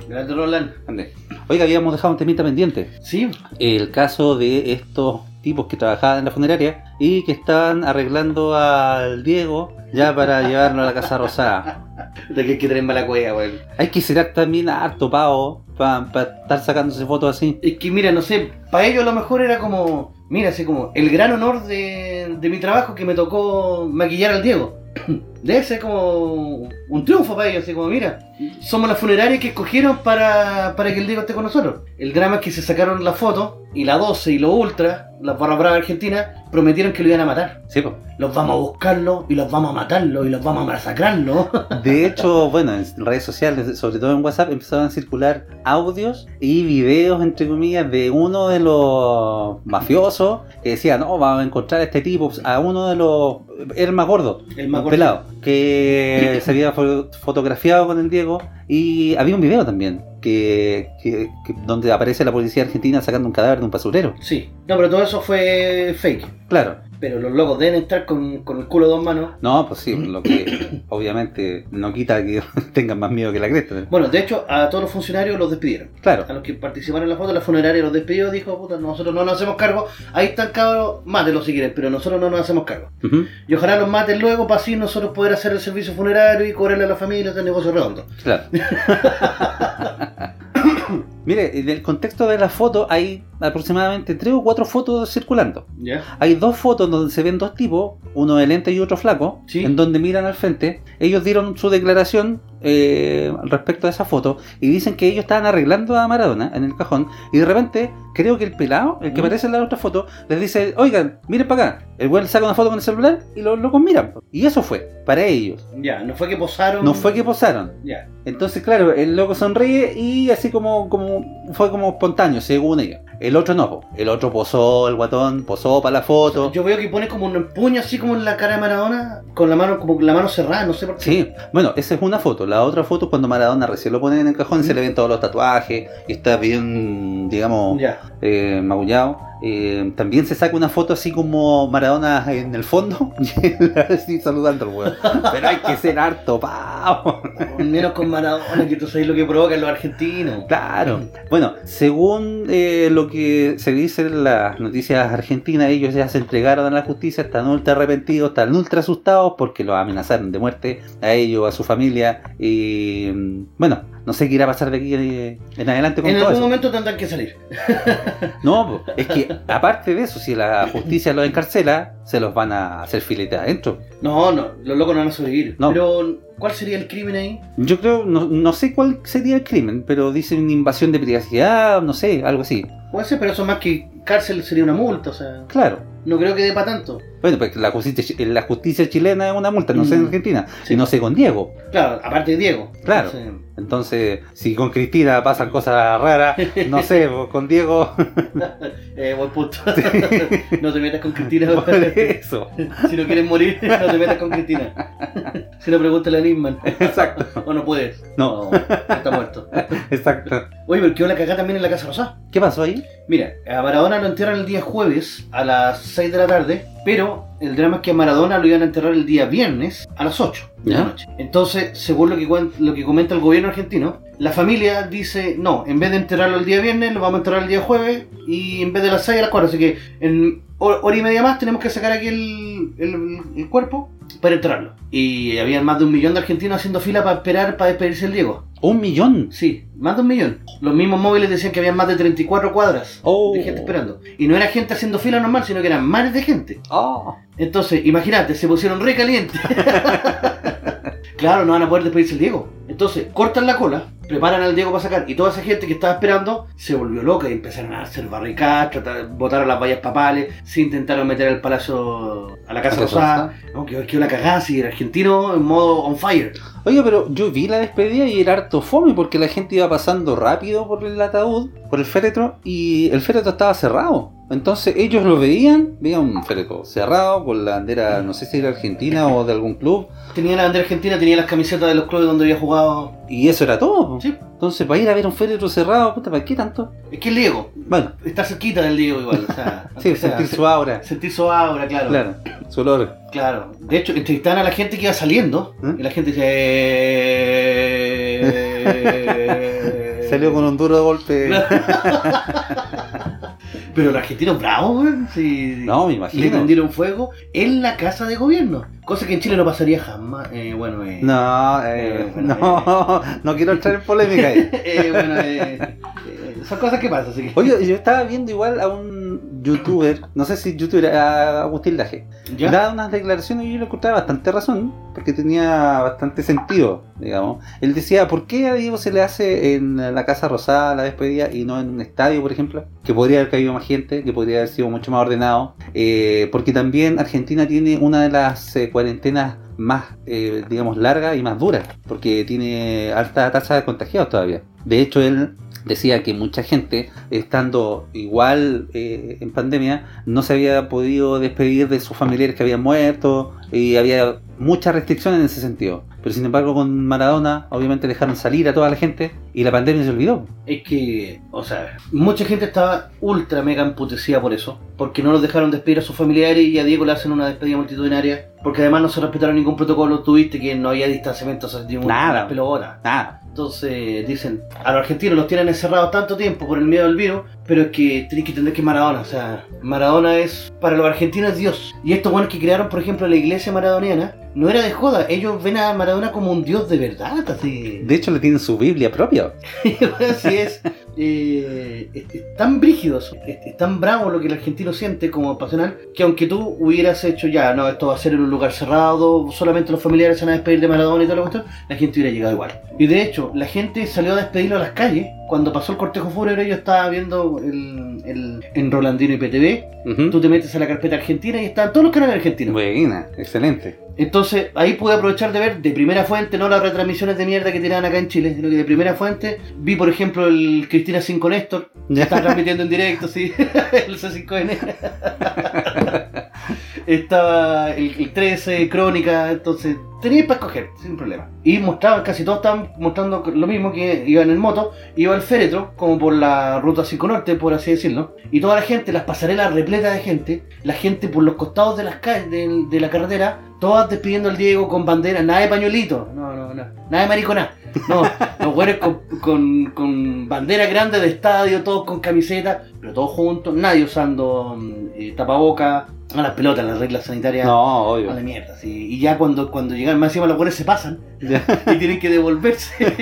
S2: grande Roland.
S3: grande. Oiga, habíamos dejado un temita pendiente.
S2: Sí,
S3: El caso de estos tipos que trabajaban en la funeraria y que estaban arreglando al Diego ya para llevarlo a la Casa Rosada.
S2: de que hay que tener mala cueva, weón.
S3: Hay que ser también harto pavo para estar sacándose fotos así.
S2: Es que mira, no sé, para ellos a lo mejor era como, mira, así como el gran honor de, de mi trabajo que me tocó maquillar al Diego. Debe ser como un triunfo para ellos, así como, mira, somos la funeraria que escogieron para, para que el Diego esté con nosotros. El drama es que se sacaron la foto y la 12 y los ultra, las barra brava argentina, prometieron que lo iban a matar.
S3: Sí, po.
S2: Los vamos a buscarlo y los vamos a matarlo y los vamos a masacrarlo.
S3: De hecho, bueno, en redes sociales, sobre todo en WhatsApp, empezaban a circular audios y videos, entre comillas, de uno de los mafiosos que decía, no, vamos a encontrar a este tipo, a uno de los... Era el más gordo.
S2: El
S3: Un
S2: más
S3: pelado que se había fo- fotografiado con el Diego y había un video también que, que- que- donde aparece la policía argentina sacando un cadáver de un basurero.
S2: Sí, no, pero todo eso fue fake.
S3: Claro.
S2: Pero los locos deben estar con, con el culo de dos manos
S3: No, pues sí, lo que obviamente no quita que tengan más miedo que la cresta.
S2: Bueno, de hecho, a todos los funcionarios los despidieron.
S3: Claro.
S2: A los que participaron en la foto, la funeraria los despidió, dijo, puta, nosotros no nos hacemos cargo. Ahí están cabros, mátenlos si quieren, pero nosotros no nos hacemos cargo.
S3: Ujú,
S2: Y ojalá los maten luego para así nosotros poder hacer el servicio funerario y cobrarle a la familia este negocio redondo.
S3: Claro. Mire, en el contexto de la foto hay aproximadamente tres o cuatro fotos circulando.
S2: ¿Ya?
S3: Hay dos fotos donde se ven dos tipos, uno de lente y otro flaco,
S2: Sí.
S3: en donde miran al frente. Ellos dieron su declaración eh, respecto a esa foto y dicen que ellos estaban arreglando a Maradona en el cajón y de repente creo que el pelado, el que
S2: Mm.
S3: aparece en la otra foto, les dice, oigan, miren para acá. El güey saca una foto con el celular y los locos miran. Y eso fue, para ellos.
S2: Ya, no fue que posaron.
S3: No fue que posaron.
S2: Ya,
S3: Entonces, claro, el loco sonríe y así como, como fue como espontáneo, según ellos. El otro no, po. el otro posó, el guatón posó para la foto.
S2: yo veo que pone como un puño así como en la cara de Maradona, con la mano como con la mano cerrada, no sé por qué.
S3: Sí, bueno, esa es una foto. La otra foto es cuando Maradona recién lo ponen en el cajón y se le ven todos los tatuajes y está bien, digamos,
S2: Ya,
S3: eh, magullado. Eh, también se saca una foto así como Maradona en el fondo y él así saludando al weón. Pero hay que ser harto, pavo.
S2: al menos con Maradona, que tú sabes lo que provocan los argentinos.
S3: Claro. Mm. Bueno, según eh, lo que se dice en las noticias argentinas, ellos ya se entregaron a la justicia, están ultra arrepentidos, están ultra asustados porque los amenazaron de muerte a ellos, a su familia. Y mm, bueno, no sé qué irá a pasar de aquí eh, en adelante con
S2: En
S3: todo
S2: algún
S3: eso.
S2: momento tendrán que salir.
S3: No, po, es que aparte de eso, si la justicia los encarcela, se los van a hacer filete adentro.
S2: No, no, los locos no van a sobrevivir.
S3: No.
S2: Pero, ¿cuál sería el crimen ahí?
S3: Yo creo, no, no sé cuál sería el crimen, pero dicen invasión de privacidad, no sé, algo así.
S2: Puede ser, pero eso más que cárcel sería una multa, o sea.
S3: Claro.
S2: No creo que dé para tanto.
S3: Bueno, pues la justicia, chi- la justicia chilena es una multa, no sé en
S2: Mm.
S3: Argentina,
S2: Sí.
S3: y no sé con Diego.
S2: Claro, aparte de Diego.
S3: Claro.
S2: Entonces,
S3: Entonces, si con Cristina pasan cosas raras, no sé, pues, con Diego,
S2: eh, buen punto. no te metas con Cristina.
S3: por eso.
S2: si no quieres morir, no te metas con Cristina. si no, pregúntale a Nisman.
S3: Exacto,
S2: O no puedes.
S3: No.
S2: O está muerto.
S3: exacto.
S2: Oye, pero quedó la cagada también en la Casa Rosada.
S3: ¿Qué pasó ahí?
S2: Mira, a Maradona lo entierran el día jueves a las 6 de la tarde, pero el drama es que a Maradona lo iban a enterrar el día viernes a las 8 de la
S3: ¿Ya?
S2: noche. Entonces, según lo que, cuen- lo que comenta el gobierno argentino, la familia dice, no, en vez de enterrarlo el día viernes, lo vamos a enterrar el día jueves y en vez de las 6 a las 4. Así que en hor- hora y media más tenemos que sacar aquí el, el- el cuerpo para enterrarlo. Y había más de un millón de argentinos haciendo fila para esperar para despedirse del Diego.
S3: Un millón.
S2: Sí, más de un millón. Los mismos móviles decían que había más de 34 cuadras
S3: Oh.
S2: de gente esperando. Y no era gente haciendo fila normal, sino que eran mares de gente.
S3: Oh.
S2: Ah. Entonces, imagínate, se pusieron re calientes. claro, no van a poder despedirse el Diego. Entonces, cortan la cola, preparan al Diego para sacar. Y toda esa gente que estaba esperando se volvió loca y empezaron a hacer barricadas, tratar- botaron las vallas papales, se intentaron meter al palacio, a la Casa
S3: ¿Qué
S2: Rosada. No, que quedó la cagada, sí, el argentino en modo on fire.
S3: Oye, pero yo vi la despedida y era harto fome porque la gente iba pasando rápido por el ataúd, por el féretro, y el féretro estaba cerrado. Entonces ellos lo veían, veían un féretro cerrado con la bandera, no sé si era argentina o de algún club,
S2: Tenía la bandera argentina, tenía las camisetas de los clubes donde había jugado.
S3: y eso era todo. po.
S2: Sí.
S3: Entonces, para ir a ver un féretro cerrado, puta, ¿para qué tanto?
S2: Es que el Diego,
S3: Bueno,
S2: está cerquita del Diego igual. O sea,
S3: sí,
S2: aunque sea-
S3: sentir su aura,
S2: Sentir su aura, claro. Claro.
S3: claro, su olor.
S2: De hecho, entrevistaban a la gente que iba saliendo
S3: ¿Mm?
S2: y la gente decía. "Eh".
S3: Salió con un duro golpe.
S2: Pero los argentinos bravos, weón. sí.
S3: No, me
S2: Le
S3: imagino.
S2: prendieron fuego en la casa de gobierno. Cosa que en Chile no pasaría jamás. Eh, bueno, eh,
S3: No, eh,
S2: Eh, bueno,
S3: no, no quiero entrar en polémica ahí.
S2: eh, bueno, eh, eh, son cosas que pasan. Así que,
S3: Oye, yo estaba viendo igual a un youtuber, no sé si youtuber, a Agustín Laje.
S2: ¿Ya?
S3: Daba unas declaraciones y yo le encontraba bastante razón, porque tenía bastante sentido, digamos. Él decía, ¿por qué a Diego se le hace en la Casa Rosada la despedida y no en un estadio, por ejemplo? Que podría haber caído más gente, que podría haber sido mucho más ordenado. Eh, porque también Argentina tiene una de las eh, cuarentenas más, eh, digamos, largas y más duras, porque tiene alta tasa de contagiados todavía. De hecho, él decía que mucha gente, estando igual eh, en pandemia, no se había podido despedir de sus familiares que habían muerto y había muchas restricciones en ese sentido. Pero sin embargo, con Maradona, obviamente dejaron salir a toda la gente y la pandemia se olvidó.
S2: Es que, o sea, mucha gente estaba ultra mega emputecida por eso, porque no los dejaron despedir a sus familiares y a Diego le hacen una despedida multitudinaria, porque además no se respetaron ningún protocolo, tuviste que no había distanciamiento, o sea, ningún-
S3: Nada.
S2: pero ahora.
S3: Nada.
S2: Entonces dicen, a los argentinos los tienen encerrados tanto tiempo por el miedo del virus, pero es que tenés que entender que es Maradona, o sea, Maradona es, para los argentinos es Dios. Y estos buenos que crearon, por ejemplo, la iglesia maradoniana, no era de joda, ellos ven a Maradona como un Dios de verdad, así.
S3: De hecho, le tienen su Biblia propia.
S2: Así es. Eh, es- es tan brígidos, es, es tan bravo lo que el argentino siente como pasional, que aunque tú hubieras hecho ya, no, esto va a ser en un lugar cerrado, solamente los familiares se van a despedir de Maradona y todo lo cuestión, la gente hubiera llegado igual. Y de hecho, la gente salió a despedirlo a las calles. Cuando pasó el cortejo fúnebre, yo estaba viendo el, el- en Rolandino y PTV, tú te metes a la carpeta argentina y están todos los canales argentinos.
S3: Buena, excelente.
S2: Entonces, ahí pude aprovechar de ver de primera fuente, no las retransmisiones de mierda que tiraban acá en Chile, sino que de primera fuente vi, por ejemplo, el Cristina 5 Néstor, que está transmitiendo en directo, sí, el C5N. Estaba el, el 13, Crónica, entonces tenía para escoger, sin problema. Y mostraban, casi todos estaban mostrando lo mismo que iban en moto, iba al féretro, como por la ruta 5 Norte, por así decirlo. Y toda la gente, las pasarelas repletas de gente, la gente por los costados de las calles, de, de la carretera, todas despidiendo al Diego con bandera, nada de pañuelito, no, no, no, nada de mariconá. No, los güeyes con, con, con bandera grande de estadio, todos con camiseta, pero todos juntos, nadie usando mm, eh, tapaboca, a las pelotas, las reglas sanitarias.
S3: No,
S2: A la
S3: obvio.
S2: mierda, sí. Y ya cuando, cuando llegan más encima los buenos se pasan
S3: Ya.
S2: y tienen que devolverse.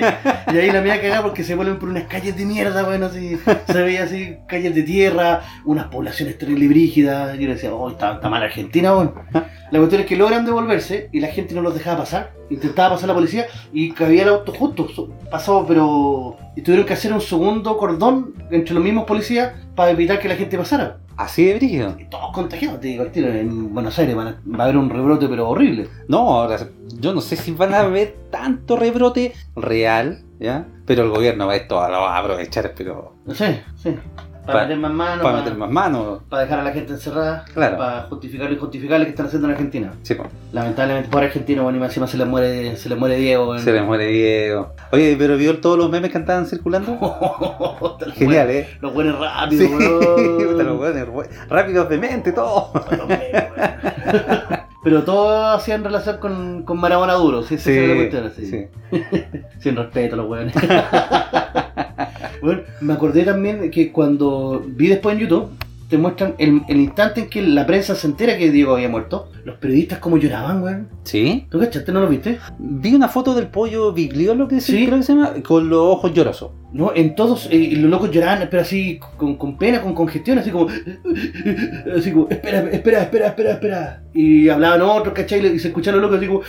S2: y ahí la mía cagada porque se vuelven por unas calles de mierda, bueno, así. Se veía así, calles de tierra, unas poblaciones terrible y brígidas. Y yo decía, oh, está, está mal Argentina, bueno. La cuestión es que logran devolverse y la gente no los dejaba pasar. Intentaba pasar la policía y cabía el auto justo. so- Pasó, pero. Y tuvieron que hacer un segundo cordón entre los mismos policías para evitar que la gente pasara.
S3: Así de brígido.
S2: Todos contagiados, te digo, al tiro, en Buenos Aires van a- va a haber un rebrote, pero horrible.
S3: No, ahora, yo no sé si van a haber tanto rebrote real, ¿ya? Pero el gobierno va esto lo va a aprovechar, pero
S2: No sé, sí. Para
S3: Pa-
S2: meter más manos,
S3: para
S2: para,
S3: meter más manos.
S2: para dejar a la gente encerrada,
S3: Claro.
S2: para justificar lo injustificable que están haciendo en Argentina.
S3: Sí, po.
S2: Lamentablemente, por argentino, bueno, y más encima se le muere, se le muere Diego.
S3: se les muere Diego. Oye, pero vio todos los memes que andaban circulando. Genial,
S2: Genial.
S3: ¿eh?
S2: Los buenos rápido,
S3: Sí,
S2: weón.
S3: puta, los weones, rápidos de mente, todo.
S2: Los memes, weón. Pero todo hacían relación con, con Maradona duro, sí, sí, sí, la cuestión, sí.
S3: sí.
S2: Sin respeto, los weones. bueno, me acordé también de que cuando vi después en YouTube, te muestran el, el instante en que la prensa se entera que Diego había muerto. Los periodistas como lloraban, weón.
S3: ¿Sí?
S2: ¿Tú cachaste? ¿No lo viste?
S3: Vi una foto del pollo Bigliolo, que se-
S2: Sí.
S3: creo que se llama, con los ojos llorosos.
S2: No, en todos, eh, y los locos lloraban, pero así, con, con pena, con congestión, así como, así como, espera, espera, espera, espera, espera. Y hablaban otros, ¿cachai? Y se escuchaban los locos así como,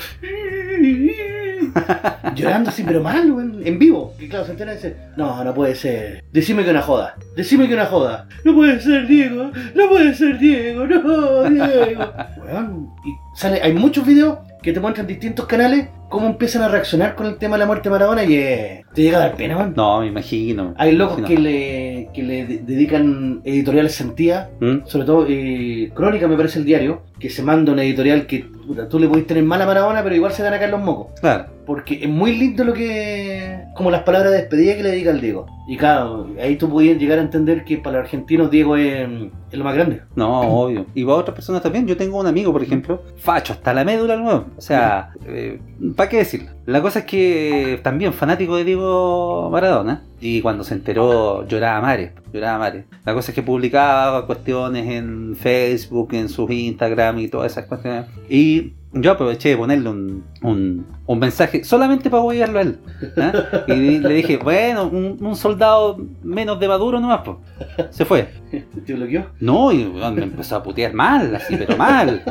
S2: llorando así, pero mal, weón, en vivo. Y claro, se enteran y dicen, no, no puede ser, decime que una joda, decime que una joda. No puede ser, Diego, no puede ser, Diego, no, Diego. Weón, y sale, hay muchos videos que te muestran distintos canales cómo empiezan a reaccionar con el tema de la muerte de Maradona y eh, te llega a dar pena, weón.
S3: No, me imagino.
S2: Hay locos
S3: me
S2: que
S3: imagino.
S2: le, que le de- dedican editoriales sentidas,
S3: ¿Mm?
S2: sobre todo eh, Crónica me parece el diario, que se manda una editorial que puta, tú le podés tener mala Maradona, pero igual se dan acá los mocos.
S3: Claro.
S2: Porque es muy lindo lo que... como las palabras de despedida que le dedica al Diego. Y claro, ahí tú podías llegar a entender que para los argentinos Diego es, es lo más grande.
S3: No, obvio. Y va a otras personas también. Yo tengo un amigo, por ejemplo, facho, hasta la médula nuevo. O sea, ¿para qué decirlo? La cosa es que también fanático de Diego Maradona. Y cuando se enteró, lloraba mares. Lloraba mares. La cosa es que publicaba cuestiones en Facebook, en sus Instagram y todas esas cuestiones. Y yo aproveché de ponerle un, un- un mensaje solamente para apoyarlo a él. ¿ah? Y le dije, bueno, un, un soldado menos de Maduro nomás, po. Se fue.
S2: ¿Te bloqueó?
S3: No, y weón, me empezó a putear mal, así, pero mal.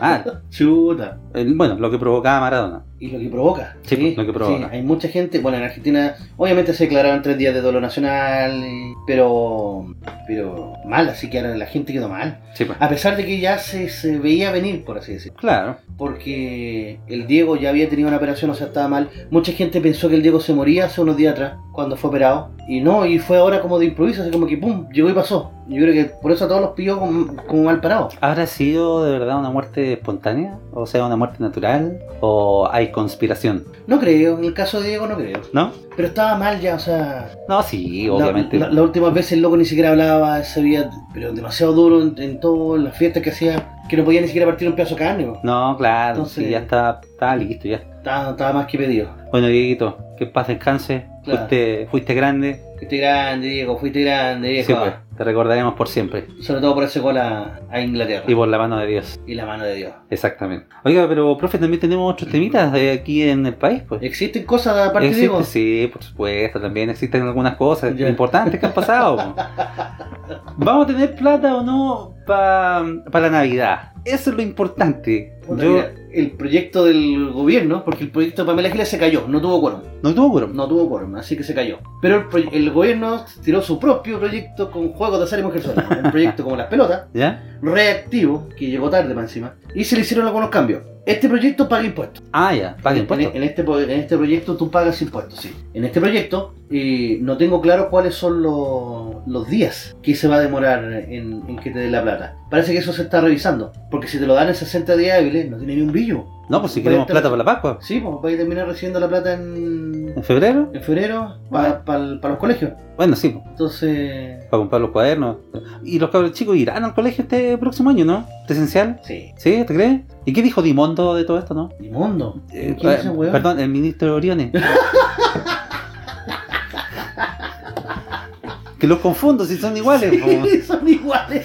S3: mal.
S2: Chuta.
S3: El- bueno, lo que provocaba Maradona.
S2: Y lo que provoca.
S3: Sí, pues, lo que provoca.
S2: hay mucha gente, bueno, en Argentina obviamente se declararon tres días de dolor nacional, y- pero pero mal, así que ahora la gente quedó mal.
S3: Sí, pues.
S2: A pesar de que ya se, se veía venir, por así decirlo.
S3: Claro.
S2: Porque el Diego ya había tenido una operación, o sea, estaba mal. Mucha gente pensó que el Diego se moría hace unos días atrás, cuando fue operado. Y no, y fue ahora como de improviso, así como que pum, llegó y pasó. Yo creo que por eso a todos los pilló como, como mal parados.
S3: ¿Habrá sido de verdad una muerte espontánea? O sea, una muerte natural? ¿O hay conspiración?
S2: No creo, en el caso de Diego no creo.
S3: ¿No?
S2: Pero estaba mal ya, o sea,
S3: No, sí, obviamente.
S2: La, la- la última vez el loco ni siquiera hablaba, se veía pero demasiado duro en, en todas las fiestas que hacía, que no podía ni siquiera partir un pedazo de carne. po.
S3: No, claro,
S2: Entonces-
S3: sí, ya está, está listo, ya.
S2: Estaba, estaba más que pedido.
S3: Bueno, Dieguito, que paz descanse.
S2: Claro.
S3: Fuiste, fuiste grande.
S2: Fuiste grande, Diego, fuiste grande, Diego.
S3: Sí, pues, te recordaremos por siempre.
S2: Sobre todo por ese gol a, a Inglaterra
S3: Y por la mano de Dios.
S2: y la mano de Dios.
S3: Exactamente. Oiga, pero profe, también tenemos otros temitas de aquí en el país, pues.
S2: ¿Existen cosas aparte de
S3: Existe-
S2: Diego?
S3: sí, por supuesto, también existen algunas cosas
S2: Ya.
S3: importantes que han pasado. po. ¿Vamos a tener plata o no para la Navidad? Eso es lo importante.
S2: Puta,
S3: Yo
S2: mira, el proyecto del gobierno, porque el proyecto de Pamela Giles se cayó, no tuvo quórum.
S3: no tuve quórum.
S2: No tuvo quórum, así que se cayó. Pero el, proye- el gobierno tiró su propio proyecto con juegos de azar y mujer sola. Un proyecto como las pelotas,
S3: ¿Ya?
S2: reactivo, que llegó tarde para encima, y se le hicieron algunos cambios. Este proyecto paga impuestos.
S3: Ah, ya, paga impuestos.
S2: En, en este, po- en este proyecto tú pagas impuestos, sí. En este proyecto eh, no tengo claro cuáles son los, los días que se va a demorar en, en que te den la plata. Parece que eso se está revisando, porque si te lo dan en 60 días hábiles, no tiene ni un billo.
S3: No, pues si queremos
S2: Voy a
S3: plata para la Pascua.
S2: Sí, pues vais a terminar recibiendo la plata en,
S3: ¿En febrero?
S2: en febrero
S3: Ah.
S2: para los colegios.
S3: Bueno, sí, po,
S2: Entonces,
S3: para comprar los cuadernos. Y los cabros chicos irán al colegio este próximo año, ¿no? Presencial.
S2: sí,
S3: ¿Sí? ¿Te crees? ¿Y qué dijo Dimondo de todo esto, no?
S2: inmundo.
S3: Eh,
S2: ¿Quién es ese
S3: eh,
S2: weón?
S3: perdón, el ministro Oriones. que los confundo si son iguales. po.
S2: Son iguales.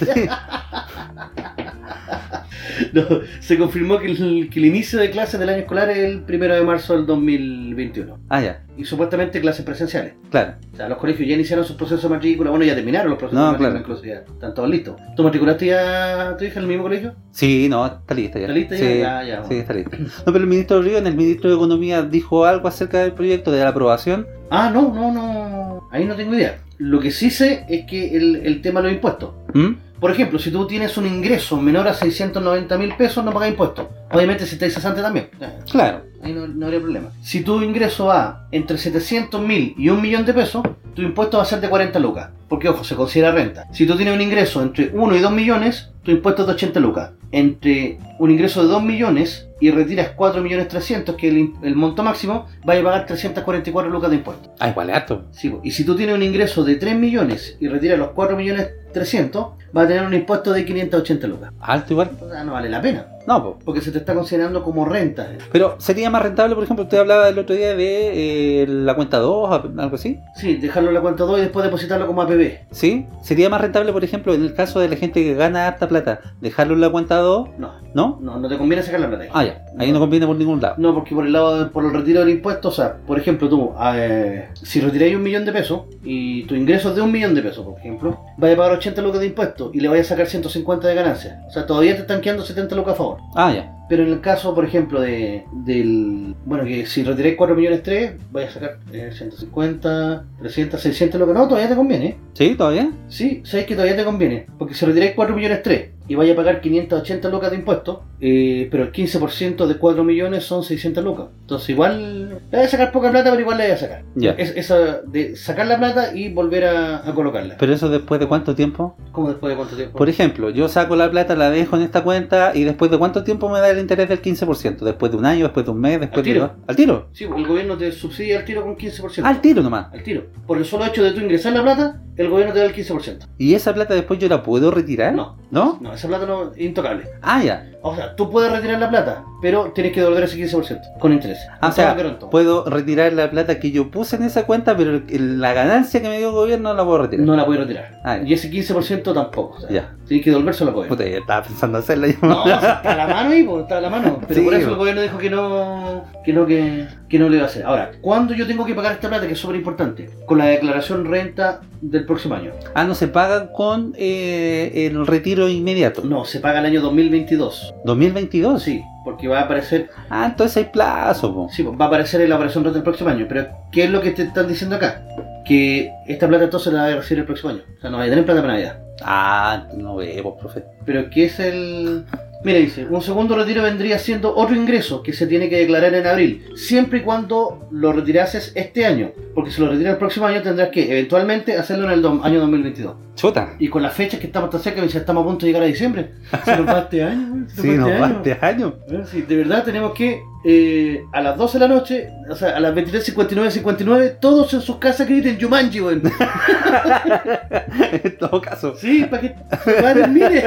S2: No, se confirmó que el, que el inicio de clases del año escolar es el primero de marzo del 2021.
S3: Ah, ya,
S2: Y supuestamente clases presenciales.
S3: claro.
S2: O sea, los colegios ya iniciaron sus procesos de matrícula. Bueno, ya terminaron los procesos
S3: No,
S2: de matrícula,
S3: claro.
S2: incluso ya están todos listos. ¿Tú matriculaste ya a tu hija en el mismo colegio?
S3: Sí, no, está lista ya.
S2: ¿Está lista ya?
S3: sí,
S2: Ya, ya, bueno.
S3: Sí, está lista. No, pero el ministro Oriones, el ministro de Economía, dijo algo acerca del proyecto de la aprobación.
S2: Ah, no, no, no. Ahí no tengo idea. Lo que sí sé es que el, el tema de los impuestos.
S3: ¿Mm?
S2: Por ejemplo, si tú tienes un ingreso menor a 690 mil pesos, no pagas impuestos. Obviamente, si estáis cesante también. Eh,
S3: Claro,
S2: Ahí no, no habría problema. Si tu ingreso va entre 700 mil y un millón de pesos, tu impuesto va a ser de 40 lucas. Porque, ojo, se considera renta. Si tú tienes un ingreso entre 1 y 2 millones, tu impuesto es de 80 lucas. Entre un ingreso de 2 millones y retiras 4 millones 300, que es el, im- el monto máximo, vas a pagar 344 lucas de impuestos.
S3: ah, igual es harto.
S2: Sí, po. y si tú tienes un ingreso de 3 millones y retiras los 4 millones 300, vas a tener un impuesto de 580 lucas.
S3: Alto igual.
S2: O sea, no vale la pena,
S3: No, po.
S2: porque se te está considerando como renta.
S3: Pero sería más rentable, por ejemplo, usted hablaba el otro día de eh, la cuenta 2, a- algo así.
S2: Sí, dejarlo en la cuenta 2 y después depositarlo como APB.
S3: ¿Sí? Sería más rentable, por ejemplo, en el caso de la gente que gana harta plata, dejarlo en la cuenta 2,
S2: No,
S3: ¿no?
S2: no, no te conviene sacar la plata. ahí.
S3: Ah, ya. Ahí no conviene por ningún lado.
S2: No, porque por el lado de- por el retiro del impuesto, o sea, por ejemplo, tú, eh, si retiráis un millón de pesos y tu ingreso es de un millón de pesos, por ejemplo, vas a pagar 80 lucas de impuesto y le vas a sacar 150 de ganancia. O sea, todavía te están quedando 70 lucas a favor.
S3: Ah, ya.
S2: Pero en el caso, por ejemplo, de, del. Bueno, que si retiráis 4 millones 3, vais a sacar eh, 150, 300, 600, lo que no, todavía te conviene. ¿eh?
S3: ¿Sí? ¿Todavía?
S2: Sí, sabéis que todavía te conviene. Porque si retiráis 4 millones 3 y vais a pagar 580 lucas de impuestos, eh, pero el 15% de 4 millones son 600 lucas. Entonces, igual. Le vais a sacar poca plata, pero igual le vais a sacar.
S3: Ya.
S2: Es, esa de sacar la plata y volver a, a colocarla.
S3: Pero eso después de cuánto tiempo?
S2: ¿Cómo después de cuánto tiempo?
S3: Por ejemplo, yo saco la plata, la dejo en esta cuenta y después de cuánto tiempo me da el interés del 15%? ¿Después de un año, después de un mes, después
S2: Al
S3: de
S2: tiro.
S3: dos? ¿Al tiro?
S2: Sí, el gobierno te subsidia al tiro con 15%.
S3: Al tiro nomás.
S2: al tiro. Por el solo hecho de tú ingresar la plata, el gobierno te da el 15%.
S3: ¿Y esa plata después yo la puedo retirar?
S2: No,
S3: ¿No?
S2: no, esa plata no es intocable.
S3: Ah, ya.
S2: O sea, tú puedes retirar la plata, pero tienes que devolver ese 15% con interés.
S3: Ah, o
S2: Con
S3: sea,
S2: todo lo que pronto.
S3: Puedo retirar la plata que yo puse en esa cuenta, pero el- el- la ganancia que me dio el gobierno no la puedo retirar.
S2: no la puedes retirar.
S3: Ah, ya.
S2: Y ese 15% tampoco. O sea,
S3: Ya.
S2: Tienes que devolvérselo al gobierno.
S3: Puta, ya estaba pensando hacerla yo.
S2: No, o sea, está a la mano ahí, po, está a la mano. Pero
S3: Sí,
S2: por eso
S3: po.
S2: el gobierno dijo que no, que no, que, que no lo iba a hacer. Ahora, ¿cuándo yo tengo que pagar esta plata? Que es súper importante. Con la declaración renta del próximo año.
S3: Ah, no se paga con eh, el retiro inmediato.
S2: No, se paga el año 2022.
S3: 2022.
S2: Sí, porque va a aparecer
S3: Ah, entonces hay plazo, po.
S2: Sí, pues, va a aparecer en la operación rota el próximo año, pero ¿qué es lo que te están diciendo acá? Que esta plata entonces la vas a recibir el próximo año. O sea, no vas a tener plata para Navidad.
S3: Ah, no veo, profe.
S2: Pero ¿qué es el...? Mira, dice, un segundo retiro vendría siendo otro ingreso que se tiene que declarar en abril, siempre y cuando lo retirases este año. Porque si lo retiras el próximo año tendrás que eventualmente hacerlo en el do- año 2022.
S3: Chuta.
S2: Y con las fechas que estamos tan cerca, me dice, estamos a punto de llegar a diciembre. Se nos va este año, güey, se
S3: Sí,
S2: nos
S3: no
S2: va este
S3: va
S2: año.
S3: este año.
S2: Bueno, sí, de verdad tenemos que eh, a las 12 de la noche, o sea, a las 23.59, 59, todos en sus casas griten Yumanji, weón.
S3: en todo caso.
S2: Sí, para que para que termine.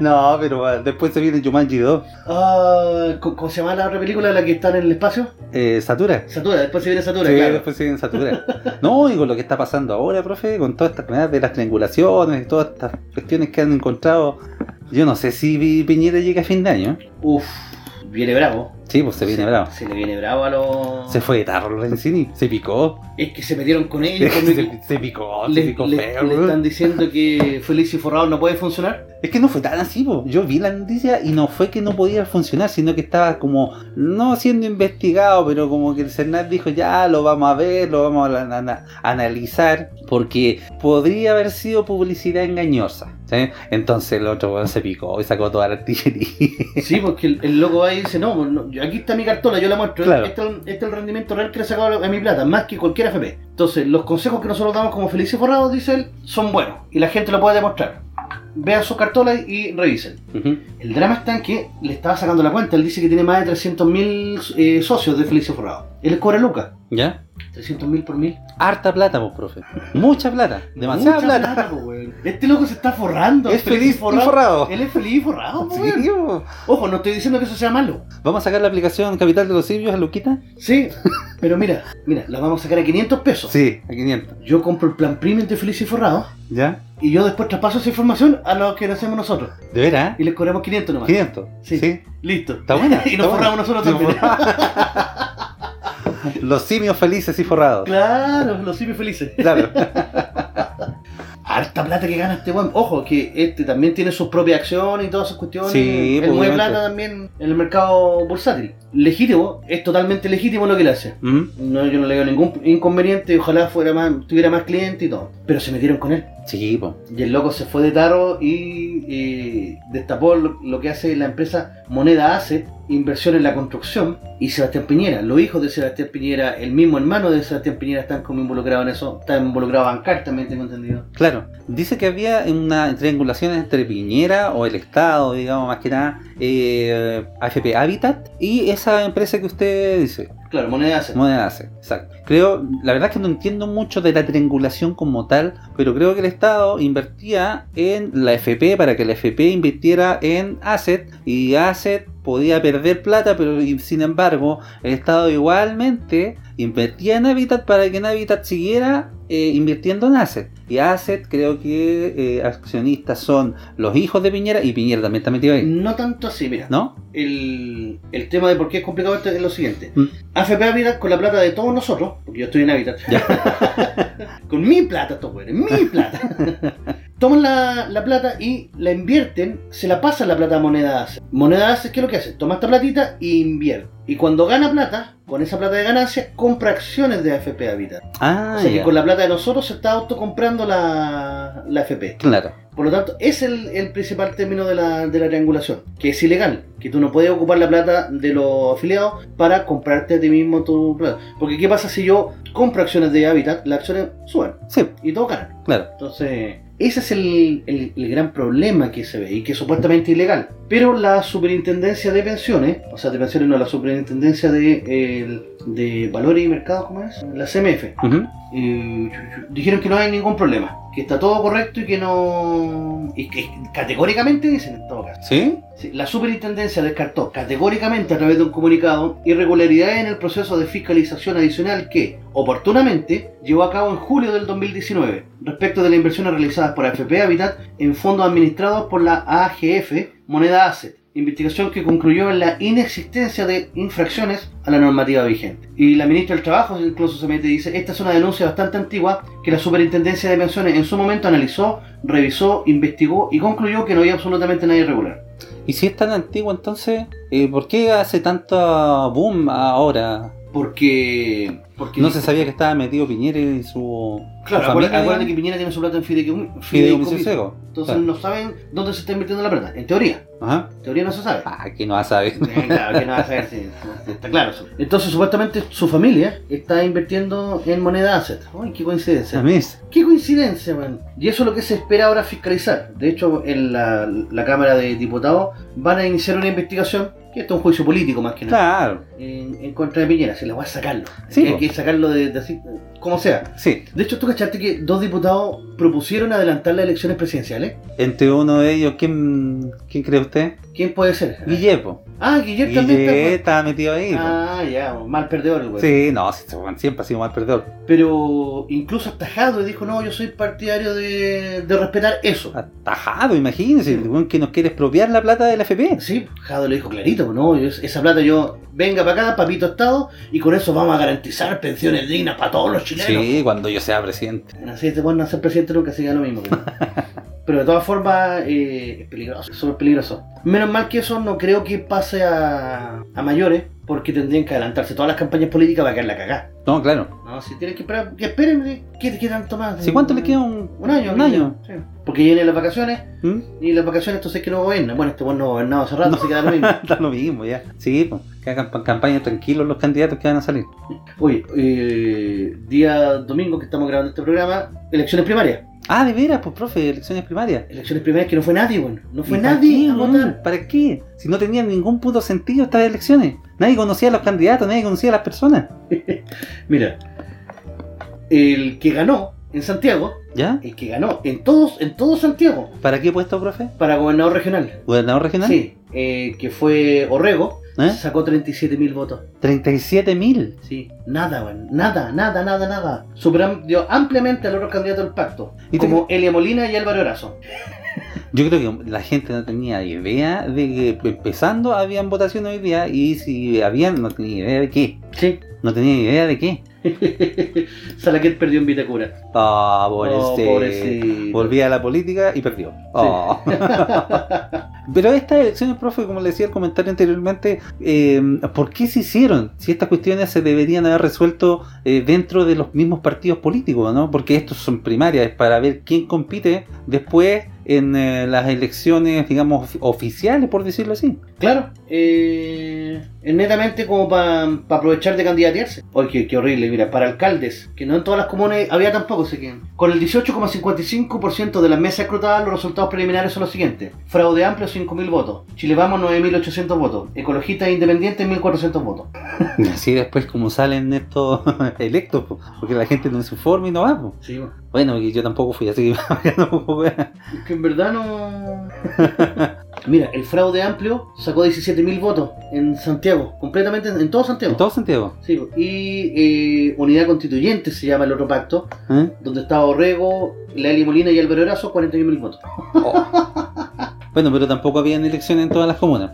S3: No, pero ah, después se viene Jumanji 2.
S2: Ah, ¿cómo, cómo se llama la otra película la que están en el espacio?
S3: Eh, Satura.
S2: Satura, después se viene Satura,
S3: Sí,
S2: claro.
S3: después se viene Satura. No, y con lo que está pasando ahora, profe, con todas estas enfermedades de las triangulaciones y todas estas cuestiones que han encontrado. Yo no sé si Pi- Piñera llega a fin de año. ¿eh?
S2: Uf, viene bravo.
S3: Sí, pues se viene bravo.
S2: Se le viene bravo a los.
S3: Se fue de tarro Lorenzini, se picó.
S2: Es que se metieron con ellos. con mi-
S3: se, se picó, se
S2: Le,
S3: picó
S2: le-
S3: feo.
S2: le
S3: weón.
S2: están diciendo que Feliz y Forrado no puede funcionar.
S3: Es que no fue tan así, po. yo vi la noticia y no fue que no podía funcionar, sino que estaba como, no siendo investigado, pero como que el Senat dijo, ya lo vamos a ver, lo vamos a, ana- ana- analizar, porque podría haber sido publicidad engañosa. ¿sí? Entonces el otro weón se picó y sacó toda la artillería.
S2: Sí, porque el, el loco va y dice: No, no, yo- aquí está mi cartola, yo la muestro.
S3: Claro.
S2: Este, es el- este es el rendimiento real que le he sacado a mi plata, más que cualquier FP. Entonces, los consejos que nosotros damos como felices forrados, dice él, son buenos y la gente lo puede demostrar. Vean sus cartolas y revisen.
S3: Ujú.
S2: El drama está en que le estaba sacando la cuenta. Él dice que tiene más de 300.000 eh, socios de Felices Forrados. Él cobra lucas.
S3: ¿Ya?
S2: 300.000 por mil.
S3: Harta plata, pues, profe. Mucha plata, demasiada
S2: Mucha
S3: plata.
S2: po, weón. este loco se está forrando.
S3: Es feliz y forrado.
S2: Él es feliz y forrado, po,
S3: Sí,
S2: weón.
S3: po.
S2: Ojo, no estoy diciendo que eso sea malo.
S3: Vamos a sacar la aplicación Capital de los Sirios a Luquita.
S2: Sí, pero mira, mira, la vamos a sacar a 500 pesos.
S3: Sí, a 500.
S2: Yo compro el plan premium de Feliz y Forrado
S3: ¿Ya?
S2: y yo después traspaso esa información a lo que lo hacemos nosotros.
S3: ¿De veras?
S2: Y les cobramos 500 nomás.
S3: 500.
S2: Sí.
S3: sí.
S2: Listo.
S3: Está buena.
S2: y nos
S3: está buena.
S2: forramos nosotros
S3: Sí,
S2: también.
S3: forra- Los simios felices y forrados.
S2: Claro, los simios felices.
S3: Claro.
S2: Harta plata que gana este weón. Ojo, que este también tiene sus propias acciones y todas sus cuestiones.
S3: Sí, pues,
S2: Él mueve
S3: obviamente.
S2: plata también en el mercado bursátil. Legítimo, es totalmente legítimo lo que le hace.
S3: Mm.
S2: No, yo no le veo ningún inconveniente, ojalá fuera más, tuviera más clientes y todo. Pero se metieron con él.
S3: Sí, po.
S2: Y el loco se fue de Taro y eh, destapó lo, lo que hace la empresa Moneda Asset, inversión en la construcción, y Sebastián Piñera. Los hijos de Sebastián Piñera, el mismo hermano de Sebastián Piñera, están como involucrados en eso, están involucrados a bancar también, tengo entendido.
S3: Claro, dice que había una triangulación entre Piñera o el Estado, digamos más que nada, eh, AFP Habitat y esa empresa que usted dice,
S2: Claro, Moneda Asset.
S3: Moneda Ace, exacto. Creo, la verdad es que no entiendo mucho de la triangulación como tal, pero creo que el Estado invertía en la FP para que la FP invirtiera en Asset y Asset podía perder plata, pero y- sin embargo el Estado igualmente invertía en Habitat para que en Habitat siguiera eh, invirtiendo en Asset. Y Asset creo que eh, accionistas son los hijos de Piñera y Piñera también está metido ahí,
S2: No tanto así, mira.
S3: ¿no?
S2: El, el tema de por qué es complicado esto es lo siguiente.
S3: Mm.
S2: AFP Habitat con la plata de todos nosotros, porque yo estoy en Habitat, con mi plata estos güeyes, mi plata. Toman la, la plata y la invierten, se la pasan la plata a Moneda Ace. Moneda Ace, ¿qué es lo que hace? Toma esta platita e invierte. Y cuando gana plata, con esa plata de ganancia, compra acciones de AFP Habitat.
S3: Ah,
S2: o sea que
S3: ya.
S2: con la plata de nosotros se está autocomprando la, la AFP.
S3: claro.
S2: Por lo tanto, es el, el principal término de la, de la triangulación, que es ilegal, que tú no puedes ocupar la plata de los afiliados para comprarte a ti mismo tu plata. Porque ¿qué pasa si yo compro acciones de Habitat? Las acciones suben
S3: Sí,
S2: y todo ganan.
S3: claro.
S2: Entonces, ese es el, el- el gran problema que se ve y que es supuestamente ilegal. Pero la superintendencia de pensiones, o sea, de pensiones no, la superintendencia de, eh, de valores y mercados, ¿cómo es? La CMF.
S3: Ujú.
S2: Eh, dijeron que no hay ningún problema, que está todo correcto y que no. y que categóricamente dicen en todo caso.
S3: ¿Sí?
S2: Sí, La superintendencia descartó categóricamente a través de un comunicado irregularidades en el proceso de fiscalización adicional que, oportunamente, llevó a cabo en julio del 2019 respecto de las inversiones realizadas por AFP Habitat en fondos administrados por la AGF Moneda Asset, investigación que concluyó en la inexistencia de infracciones a la normativa vigente. Y la ministra del Trabajo incluso se mete y dice, esta es una denuncia bastante antigua que la superintendencia de pensiones en su momento analizó, revisó, investigó y concluyó que no había absolutamente nada irregular.
S3: Y si es tan antiguo, entonces, eh, ¿por qué hace tanto boom ahora?
S2: Porque. porque
S3: No se sabía que estaba metido Piñera y su,
S2: Claro,
S3: su
S2: acuérdate,
S3: familia,
S2: acuérdate que
S3: digamos,
S2: Piñera tiene su plata en fideicomi-
S3: fideicomiso
S2: fideicomiso.
S3: ciego.
S2: Entonces
S3: Claro.
S2: no saben dónde se está invirtiendo la plata. En teoría.
S3: Ajá.
S2: En teoría no se sabe.
S3: Ah, que no va a saber.
S2: Eh, claro, que no va a saber si- si está claro. eso. Entonces, supuestamente su familia está invirtiendo en moneda asset. Ay, qué coincidencia.
S3: ¿Sabes?
S2: Qué coincidencia, man. Y eso es lo que se espera ahora fiscalizar. De hecho, en la, la Cámara de Diputados van a iniciar una investigación, que esto es un juicio político más que nada,
S3: Claro,
S2: en, en contra de Piñera. Se les va a sacarlo.
S3: Sí,
S2: hay
S3: po.
S2: que sacarlo de, de así, como sea.
S3: sí.
S2: De hecho, tú cachaste que dos diputados propusieron adelantar las elecciones presidenciales.
S3: Entre uno de ellos, ¿quién, quién cree usted?
S2: ¿Quién puede ser?
S3: Guillepo.
S2: Ah, Guillermo también
S3: Guille
S2: está.
S3: estaba metido ahí. po.
S2: Ah, ya, mal perdedor el güey.
S3: sí, no, sí, este weón siempre ha sido mal perdedor.
S2: Pero incluso atajado y dijo, no, yo soy partidario de, de respetar eso.
S3: Ah, Atajado, imagínese, el weón que nos quiere expropiar la plata del FP.
S2: Sí, Jado lo dijo clarito, pues, no, yo- esa plata yo, venga para acá, papito Estado, y con eso vamos a garantizar pensiones dignas para todos los chilenos.
S3: Sí, cuando yo sea presidente.
S2: Así te pueden hacer presidente nunca sería lo mismo. creo. Pero de todas formas eh, es peligroso, es súper peligroso. Menos mal que eso no creo que pase a, a mayores, porque tendrían que adelantarse todas las campañas políticas para que la cagá.
S3: No, claro.
S2: No, si tienen que esperar, que esperen, eh, ¿qué, qué tanto más?
S3: ¿Si cuánto le queda un,
S2: Un año.
S3: Un año.
S2: sí. Porque vienen las vacaciones,
S3: ¿Mm?
S2: y las vacaciones entonces que no gobierna. Bueno, este buen no gobernado hace rato, se queda lo mismo.
S3: Da lo mismo ya. Sí, pues, que hagan pa- campaña tranquilos los candidatos que van a salir.
S2: Oye, eh, día domingo que estamos grabando este programa, elecciones primarias.
S3: Ah, de veras, pues profe, elecciones primarias.
S2: Elecciones primarias que no fue nadie, bueno. No fue
S3: ¿Y para
S2: nadie
S3: qué,
S2: a
S3: weón?
S2: votar.
S3: ¿Para qué? Si no tenían ningún puto sentido estas elecciones. Nadie conocía a los candidatos, nadie conocía a las personas.
S2: Mira, el que ganó en Santiago,
S3: ¿Ya?
S2: el que ganó en todos, en todo Santiago,
S3: ¿Para qué puesto, profe?
S2: para gobernador regional.
S3: ¿Gobernador regional?
S2: Sí, eh, que fue Orrego,
S3: ¿Eh?
S2: sacó 37 mil votos.
S3: 37.000.
S2: Sí, nada, weón, nada, nada, nada, nada. Superó ampliamente a los otros candidatos del pacto,
S3: ¿Y te-
S2: como Elia Molina y Álvaro Erazo.
S3: Yo creo que la gente no tenía idea de que empezando habían votaciones hoy día y si habían, no tenía idea de qué.
S2: Sí,
S3: No tenía idea de qué.
S2: Salaquet perdió en Vitacura.
S3: Ah,
S2: Oh,
S3: pobrecito.
S2: pobrecito.
S3: Volvía a la política y perdió. Oh. Pero estas elecciones, profe, como le decía el comentario anteriormente, eh, ¿por qué se hicieron? Si estas cuestiones se deberían haber resuelto eh, dentro de los mismos partidos políticos, ¿no? Porque estos son primarias, es para ver quién compite después en eh, las elecciones, digamos, ofi- oficiales, por decirlo así.
S2: Claro, eh, es netamente como para aprovechar de candidatearse. Oye, qué, qué horrible, mira, para alcaldes, que no en todas las comunas había tampoco, sé quién. Con el 18,55% de las mesas escrutadas, los resultados preliminares son los siguientes. Fraude amplio, 5.000 votos. Chile Vamos, 9.800 votos. Ecologistas e independientes, 1.400 votos.
S3: Así después como salen estos electos, po, porque la gente no se informa y no va. po.
S2: Sí,
S3: Bueno, y yo tampoco fui así. que no-
S2: que en verdad no... Mira, el fraude amplio sacó 17.000 votos en Santiago, completamente en en todo Santiago.
S3: en todo sentido.
S2: Sí, po. y eh, Unidad Constituyente se llama el otro pacto,
S3: ¿eh?
S2: donde estaba Orrego, Lely Molina y Álvaro Erazo, 41.000 votos.
S3: Bueno, pero tampoco habían elecciones en todas las comunas.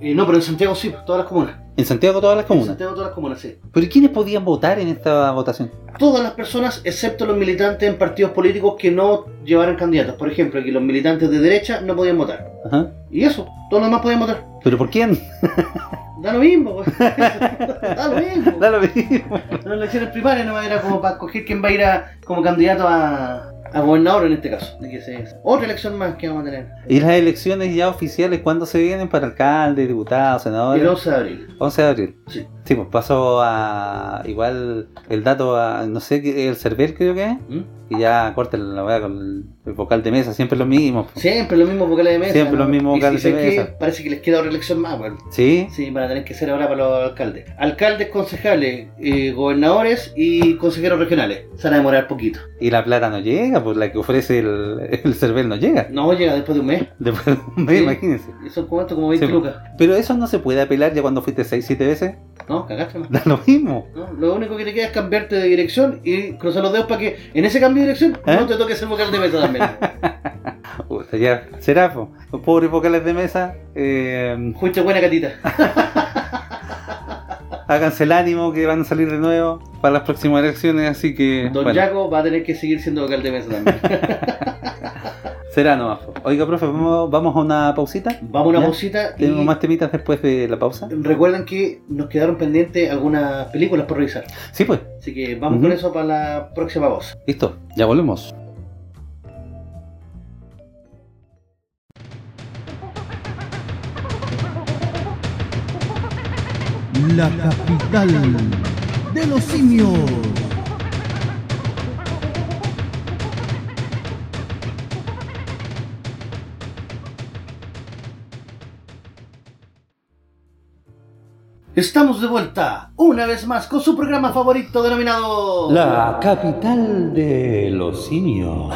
S2: Eh, no, pero en Santiago sí, todas las comunas.
S3: En Santiago todas las
S2: En
S3: comunas.
S2: Santiago todas las comunas, sí.
S3: Pero ¿y ¿quiénes podían votar en esta votación?
S2: Todas las personas, excepto los militantes en partidos políticos que no llevaran candidatos. Por ejemplo, que los militantes de derecha no podían votar.
S3: Ajá.
S2: Y eso, todos los demás podían votar.
S3: ¿Pero por quién?
S2: Da lo mismo, pues. Da lo mismo.
S3: Da lo mismo.
S2: Las elecciones primarias no era como para escoger quién va a ir a, como candidato a, a gobernador en este caso. Así que se- Otra elección más que vamos a tener.
S3: ¿Y las elecciones ya oficiales cuándo se vienen para alcalde, diputados,
S2: El
S3: senadores?
S2: 11 de abril.
S3: 11 de abril.
S2: Sí.
S3: Sí, pues paso a. Igual el dato a. No sé, qué- el Cervel creo que es.
S2: ¿Mm?
S3: Y ya corten la weá con el, el vocal de mesa, siempre los mismos. po.
S2: Siempre los mismos vocales de mesa.
S3: Siempre los mismos
S2: Y si
S3: vocales de
S2: sé que
S3: mesa.
S2: Parece que les queda otra elección más, bueno.
S3: Sí.
S2: Sí, van a tener que ser ahora para los alcaldes. Alcaldes, concejales, eh, gobernadores y consejeros regionales. Se van a demorar poquito.
S3: Y la plata no llega, pues la que ofrece el, el Cervel no llega.
S2: No llega después de un mes.
S3: Después de un mes,
S2: Sí.
S3: imagínense.
S2: Y son como esto, como 20
S3: Sí.
S2: lucas.
S3: Pero eso no se puede apelar ya cuando fuiste 6, 7 veces.
S2: No, cagaste más.
S3: Da lo mismo.
S2: ¿no? Lo único que te queda es cambiarte de dirección y cruzar los dedos para que en ese cambio de dirección
S3: ¿Eh?
S2: no te toque ser vocal de mesa también.
S3: Puta, ya, Serafo, los pobres vocales de mesa, eh,
S2: Fuiste buena catita.
S3: háganse el ánimo que van a salir de nuevo para las próximas elecciones, así que
S2: Don
S3: bueno,
S2: Jaco va a tener que seguir siendo vocal de mesa también.
S3: será nomás. po. Oiga, profe, vamos, vamos a una pausita.
S2: Vamos a una
S3: Ya.
S2: pausita y
S3: Tenemos más temitas después de la pausa.
S2: recuerden que nos quedaron pendientes algunas películas por revisar.
S3: Sí, pues,
S2: Así que vamos
S3: Ujú.
S2: con eso para la próxima voz.
S3: listo, ya volvemos.
S1: la capital de los simios.
S2: Estamos de vuelta, una vez más, con su programa favorito denominado...
S4: La capital de los simios.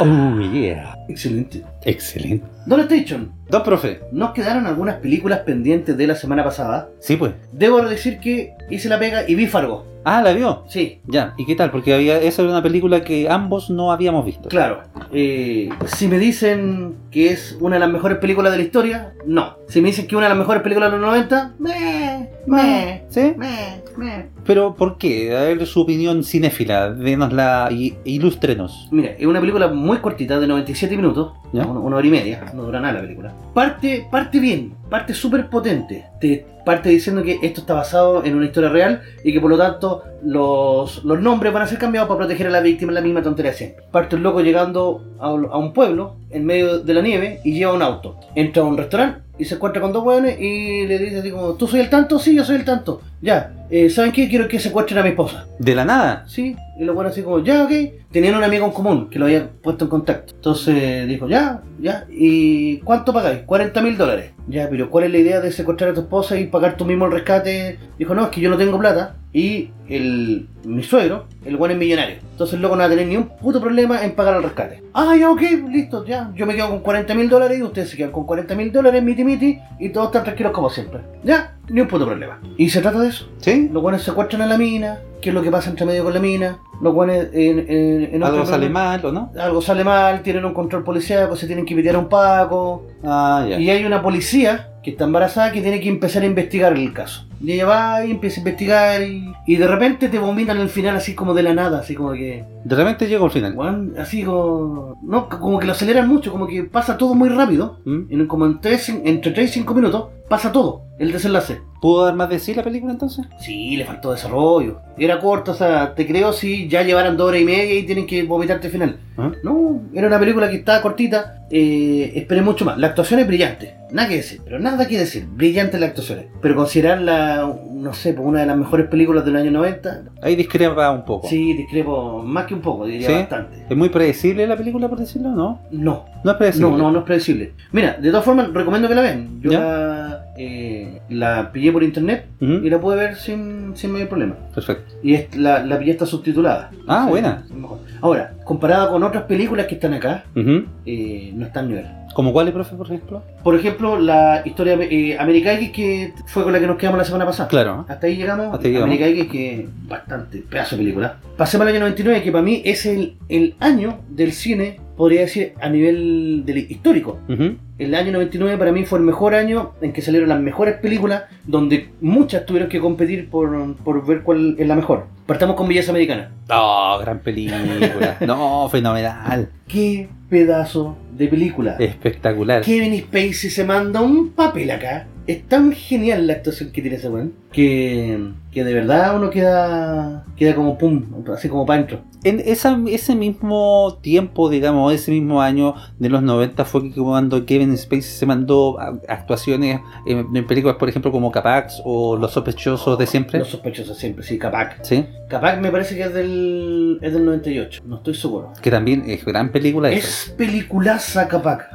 S4: Oh yeah.
S2: Excelente.
S4: Excelente.
S2: Don Station,
S3: Don profe,
S2: nos quedaron algunas películas pendientes de la semana pasada.
S3: sí, pues.
S2: Debo decir que hice la pega y vi Fargo.
S3: Ah, la vio.
S2: Sí,
S3: Ya, ¿y qué tal? Porque había, esa era una película que ambos no habíamos visto.
S2: claro. Eh, si me dicen que es una de las mejores películas de la historia, no. Si me dicen que una de las mejores películas de los 90, meh, meh,
S3: Ah, ¿Sí?
S2: meh, meh.
S3: Pero ¿por qué? A ver su opinión cinéfila, denosla y ilústrenos.
S2: Mira, es una película muy cortita, de 97 minutos,
S3: ¿Ya?
S2: una, una hora y media, no dura nada la película. Parte, parte bien, parte súper potente. Te parte diciendo que esto está basado en una historia real y que por lo tanto los, los nombres van a ser cambiados para proteger a la víctima, la misma tontería siempre. Parte un loco llegando a un, a un pueblo en medio de la nieve y lleva un auto. Entra a un restaurante y se encuentra con dos hueones y le dice así como, ¿tú soy el tanto? Sí, yo soy el tanto. Ya, eh, ¿saben qué? Quiero que secuestren a mi esposa.
S3: De la nada.
S2: Sí, y los buenos así como, ya, ok. Tenían un amigo en común que lo había puesto en contacto. Entonces dijo, ya, ya. ¿Y cuánto pagáis? 40 mil dólares. Ya, pero ¿cuál es la idea de secuestrar a tu esposa y pagar tú mismo el rescate? Dijo, no, es que yo no tengo plata. Y el, mi suegro, el buen es millonario. Entonces el loco no va a tener ni un puto problema en pagar el rescate. Ah, ya, ok, listo, ya. Yo me quedo con 40 mil dólares y ustedes se quedan con 40 mil dólares, miti miti, y todos están tranquilos como siempre. Ya, ni un puto problema. ¿Y se trata de eso?
S3: ¿Sí?
S2: Los buenos secuestran a la mina. ¿Qué es lo que pasa entre medio con la mina? Los buenos eh, en, en, en otro
S3: Algo sale
S2: problema-
S3: mal, ¿o no?
S2: Algo sale mal, tienen un control policíaco, se tienen que pitear a un paco.
S3: Ah, ya.
S2: Y hay una policía que está embarazada que tiene que empezar a investigar el caso. Y ella va y empieza a investigar y, y de repente te vomitan el final así como de la nada, así como que...
S3: De repente llego al final.
S2: weón, así como... No, como que lo aceleran mucho, como que pasa todo muy rápido.
S3: ¿Mm?
S2: En, como en tres, entre 3 y 5 minutos pasa todo, el desenlace.
S3: ¿Pudo dar más de sí la película entonces?
S2: Sí, le faltó desarrollo. Era corta, o sea, te creo si ya llevaran dos horas y media y tienen que vomitarte al final.
S3: ¿Ah?
S2: No, era una película que estaba cortita. eh, esperé mucho más. La actuación es brillante. Nada que decir, pero nada que decir. Brillante la actuación. es. Pero considerarla, no sé, por una de las mejores películas del año 90,
S3: Ahí discrepa un poco.
S2: sí, discrepo más que un poco, diría
S3: ¿Sí?
S2: bastante.
S3: ¿Es muy predecible la película, por decirlo? No.
S2: No,
S3: No es predecible.
S2: no, no, no es predecible. Mira, de todas formas, recomiendo que la vean. Yo
S3: ¿Ya?
S2: la, eh, la pillé por internet
S3: Ujú,
S2: y la pude ver sin, sin mayor problema.
S3: Perfecto.
S2: Y es, la, la pillé está subtitulada.
S3: Ah,
S2: Sí,
S3: buena.
S2: es mejor. Ahora, comparada con otras películas que están acá,
S3: Ujú.
S2: eh, no está al nivel.
S3: ¿Como cuál, profe, por ejemplo?
S2: Por ejemplo, la historia eh, America X que fue con la que nos quedamos la semana pasada.
S3: Claro.
S2: Hasta ahí llegamos.
S3: Hasta ahí llegamos.
S2: America X que bastante pedazo de película. Pasemos al año 99, que para mí es el, el año del cine, podría decir, a nivel del histórico.
S3: Ujú.
S2: El año 99 para mí fue el mejor año en que salieron las mejores películas, donde muchas tuvieron que competir por, por ver cuál es la mejor. Partamos con Belleza Americana.
S3: No, Oh, gran película. no, fenomenal.
S2: Qué pedazo de película.
S3: Espectacular.
S2: Kevin Spacey se manda un papel acá. Es tan genial la actuación que tiene ese weón. Que, que de verdad uno queda queda como pum, así como para adentro.
S3: En esa- ese mismo tiempo, digamos, ese mismo año de los 90 fue que cuando Kevin Spacey se mandó a- actuaciones en, en películas, por ejemplo, como Capax o Los Sospechosos de Siempre.
S2: Los sospechosos siempre, sí, Capac.
S3: Sí,
S2: Capac me parece que es del, es del 98, no estoy seguro.
S3: que también es gran película. esa.
S2: Es peliculaza Capac.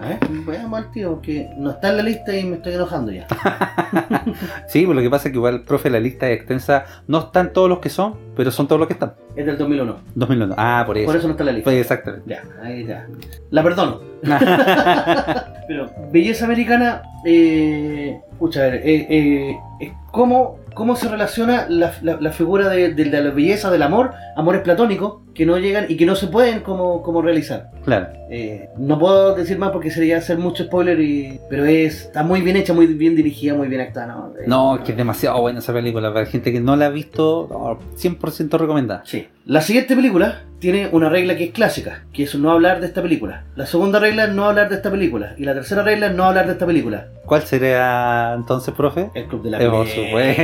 S2: A ver, veamos al tío, que no está en la lista y me estoy enojando ya.
S3: Sí, pero lo que pasa es que igual, profe, la lista es extensa. No están todos los que son, pero son todos los que están.
S2: Es del 2001,
S3: 2001. Ah, por eso.
S2: por eso no está en la lista.
S3: Pues, exactamente.
S2: Ya, ahí ya. La perdono. Pero belleza americana, eh, pucha, a ver, eh, eh, eh, ¿cómo, cómo se relaciona la, la- la figura de, de la belleza, del amor, amores platónicos, que no llegan y que no se pueden como, como realizar?
S3: Claro.
S2: Eh, no puedo decir más porque sería hacer mucho spoiler, y, pero es, está muy bien hecha, muy bien dirigida, muy bien actuada. No, Eh,
S3: No, es que es demasiado buena esa película. Para gente que no la ha visto, no, 100% recomendada.
S2: Sí. La siguiente película tiene una regla que es clásica, que es no hablar de esta película. La segunda regla es no hablar de esta película. Y la tercera regla es no hablar de esta película.
S3: ¿Cuál sería entonces, profe?
S2: El Club de la
S3: Eh, por
S2: Pelea.
S3: supuesto.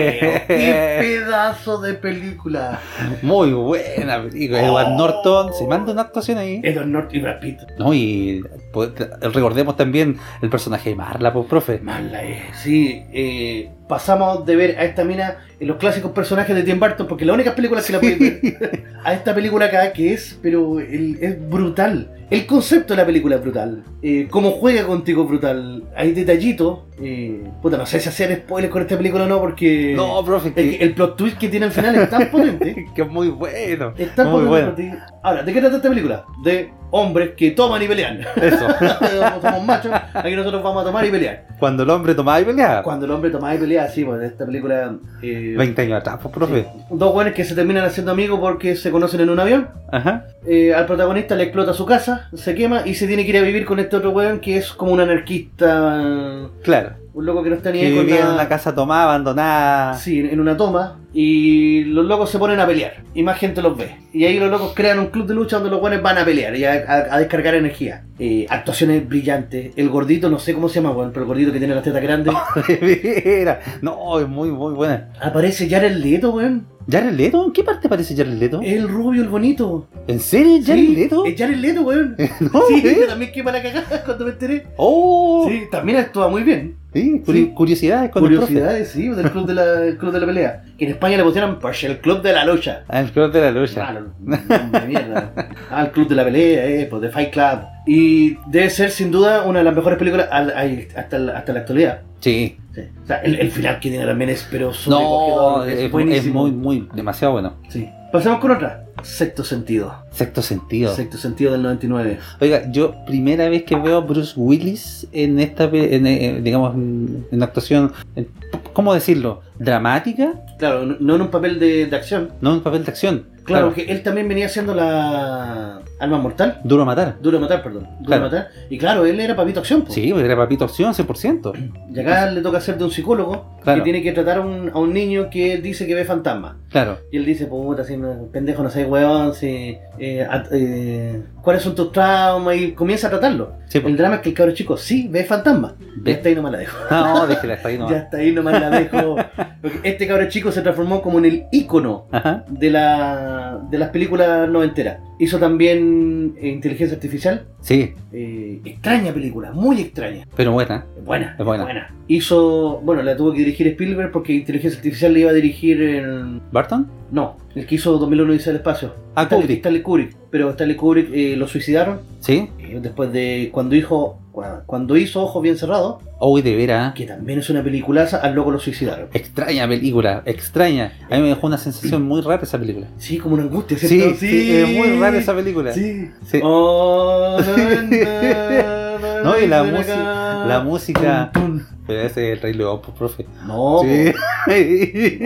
S2: ¡Qué pedazo de película!
S3: Muy buena película. Edward Norton se manda una actuación ahí.
S2: Edward Norton y Brad Pitt.
S3: No, y pues, recordemos también el personaje de Marla, pues, profe.
S2: Mala es. Sí, eh, pasamos de ver a esta mina en los clásicos personajes de Tim Burton, porque la única película que la puedes ver, a esta película acá que es, pero el- es brutal. El concepto de la película es brutal. Eh, cómo juega contigo es brutal. Hay detallitos. eh, puta, no sé si hacer spoilers con esta película o no, porque
S3: No, profe,
S2: el,
S3: que,
S2: el plot twist que tiene al final es tan potente.
S3: que es muy bueno.
S2: Es tan
S3: Muy
S2: potente
S3: bueno.
S2: para ti. Ahora, ¿de qué trata esta película? De hombres que toman y pelean.
S3: Eso.
S2: Nosotros somos machos, aquí nosotros vamos a tomar y pelear.
S3: Cuando el hombre tomaba y peleaba.
S2: Cuando el hombre toma y pelea, sí, pues esta película. eh,
S3: 20 años atrás, pues, profe.
S2: dos güeyes que se terminan haciendo amigos porque se conocen en un avión.
S3: Ajá.
S2: eh, al protagonista le explota su casa, se quema y se tiene que ir a vivir con este otro weón que es como un anarquista,
S3: Claro.
S2: un loco que no está ni
S3: Que
S2: ahí con
S3: vivía en
S2: nada.
S3: una casa tomada, abandonada.
S2: Sí, en una toma. Y los locos se ponen a pelear. Y más gente los ve. Y ahí los locos crean un club de lucha donde los buenos van a pelear y a, a- a descargar energía. Eh, actuaciones brillantes. El gordito, no sé cómo se llama, weón, pero el gordito que tiene las tetas grandes.
S3: De veras. No, es muy, muy buena.
S2: Aparece Jared Leto, weón.
S3: ¿Jared Leto? ¿En qué parte aparece Jared Leto?
S2: El rubio, el bonito.
S3: ¿En serio Jared
S2: Eh, Sí,
S3: Leto?
S2: Es Jared Leto, weón.
S3: No,
S2: Sí,
S3: ¿eh?
S2: yo también quema la cagada cuando me enteré.
S3: Oh, sí.
S2: Sí, también actúa muy bien.
S3: curi-
S2: Sí.
S3: curiosidades con el profe.
S2: Curiosidades, sí, del club de la, el club de la pelea. Que en España le pusieron pues, el club de la lucha.
S3: Ah, El club de la lucha.
S2: Malo, nombre de mierda. Ah, el club de la pelea, eh, pues de Fight Club. Y debe ser sin duda una de las mejores películas al- al- hasta, la- hasta la actualidad.
S3: Sí.
S2: Sí. O sea, el, el final que tiene también es pero
S3: No,
S2: sobrecogedor,
S3: es, es
S2: buenísimo.
S3: muy, muy, demasiado bueno.
S2: Sí. Pasamos con otra. Sexto sentido.
S3: Sexto sentido.
S2: Sexto sentido del 99.
S3: Oiga, yo primera vez que veo a Bruce Willis en esta, pe- en, eh, digamos, en en actuación, en- ¿cómo decirlo? Dramática,
S2: Claro, no, no en un papel de, de acción.
S3: no en papel de acción.
S2: Claro,
S3: Claro.
S2: que él también venía haciendo la Alma Mortal.
S3: Duro a matar.
S2: Duro de matar, perdón. Duro de
S3: Claro.
S2: matar. Y claro, él era papito acción. po.
S3: Sí, pues era papito opción 100%.
S2: Y acá le toca ser de un psicólogo
S3: Claro.
S2: que tiene que tratar a un, a un niño que dice que ve fantasmas.
S3: Claro.
S2: Y él dice, puta, si no- pendejo no sé, weón, si, eh, at- eh, ¿cuáles son tus traumas? Y comienza a tratarlo.
S3: Sí, pues.
S2: El drama es que el cabro chico sí ve fantasmas.
S3: Ve-
S2: Ya hasta ahí nomás la dejo.
S3: No, déjela, está ahí no.
S2: Ya hasta ahí nomás la dejo. Porque este cabro chico se transformó como en el ícono
S3: Ajá.
S2: de, la, de las películas noventeras. Hizo también eh, Inteligencia Artificial.
S3: Sí,
S2: eh, extraña película, muy extraña.
S3: pero buena.
S2: Buena,
S3: Es buena.
S2: Hizo, bueno, la tuvo que dirigir Spielberg porque Inteligencia Artificial le iba a dirigir el...
S3: ¿Barton?
S2: No, el que hizo 2001 dice el espacio.
S3: Ah,
S2: Stanley,
S3: Kubrick.
S2: Stanley Kubrick. Pero Stanley Kubrick eh, lo suicidaron
S3: Sí.
S2: eh, después de cuando hizo, cuando hizo Ojos Bien Cerrados,
S3: Uy, de veras.
S2: que también es una peliculaza, al loco lo suicidaron.
S3: Extraña película, extraña. A mí me dejó una sensación muy rara esa película.
S2: Sí, como una angustia,
S3: Sí,
S2: ¿cierto?
S3: sí, es muy rara esa película.
S2: Sí.
S3: Sí.
S2: Oh,
S3: No, y la
S2: ven
S3: música-
S2: acá.
S3: La música.
S2: Tum,
S3: Pero ese es el Rey León, pues, profe.
S2: tum. No,
S3: Sí.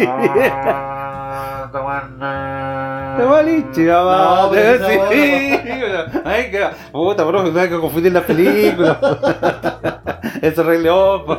S2: Ah.
S3: Te boliche, mamá.
S2: No, pero esa
S3: Sí, pero- Ay, que. Puta, profe, me que confundir las películas. ese Rey León, pues.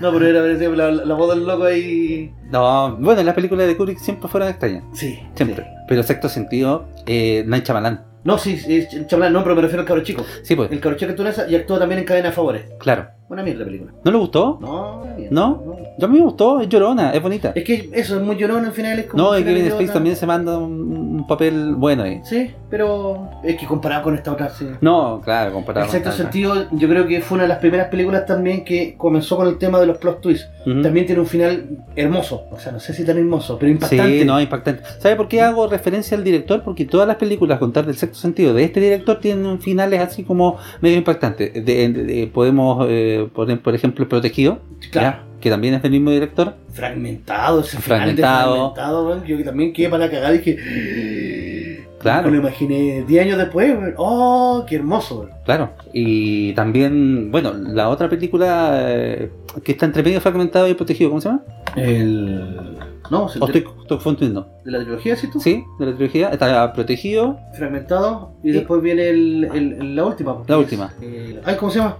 S2: No, pero era era la, la voz del loco ahí.
S3: No, bueno, las películas de Kubrick siempre fueron extrañas.
S2: Sí,
S3: Siempre.
S2: sí.
S3: Pero sexto sentido, eh, Night Shyamalan.
S2: No, sí, sí, ch- chaval, no, pero me refiero al cabro chico.
S3: Sí, pues,
S2: El cabro chico tunesa y actúa también en Cadena de Favores.
S3: claro.
S2: Una mierda la película.
S3: ¿No le gustó?
S2: No, una mierda,
S3: ¿No? Yo a mí me gustó, es llorona, es bonita.
S2: Es que eso es muy llorón al final. Es como
S3: No,
S2: al
S3: y
S2: final
S3: Kevin
S2: idiota.
S3: Space también se manda un, un papel bueno ahí.
S2: Sí, pero es que comparado con esta otra, sí.
S3: No, claro,
S2: En
S3: comparado con
S2: cierto
S3: Tantra.
S2: sentido, yo creo que fue una de las primeras películas también que comenzó con el tema de los plot twists.
S3: Ujú.
S2: También tiene un final hermoso. O sea, no sé si tan hermoso, pero impactante.
S3: Mm. Sí, no, impactante. ¿Sabe por qué hago referencia al director? Porque todas las películas, contar del sexto sentido, de este director tienen finales así como medio impactantes. De- de- de- podemos eh, poner, por ejemplo, El Protegido,
S2: Claro,
S3: ¿ya? que también es del mismo director.
S2: fragmentado, ese final de
S3: Fragmentado.
S2: fragmentado, weón, Yo que también quedé para la cagada y dije.
S3: Claro.
S2: Me lo imaginé 10 años después, weón. ¡Oh, qué hermoso! weón.
S3: Claro. Y también, bueno, la otra película eh, que está entre medio fragmentado y El protegido, ¿cómo se llama?
S2: El. No, se-
S3: ¿O estoy, estoy confundiendo?
S2: de la trilogía, ¿sí tú?
S3: Sí, de la trilogía. Está Protegido,
S2: Fragmentado y
S3: Sí.
S2: después viene el, el- la última. pues,
S3: La
S2: que
S3: última.
S2: es, eh, ay, ¿cómo se llama?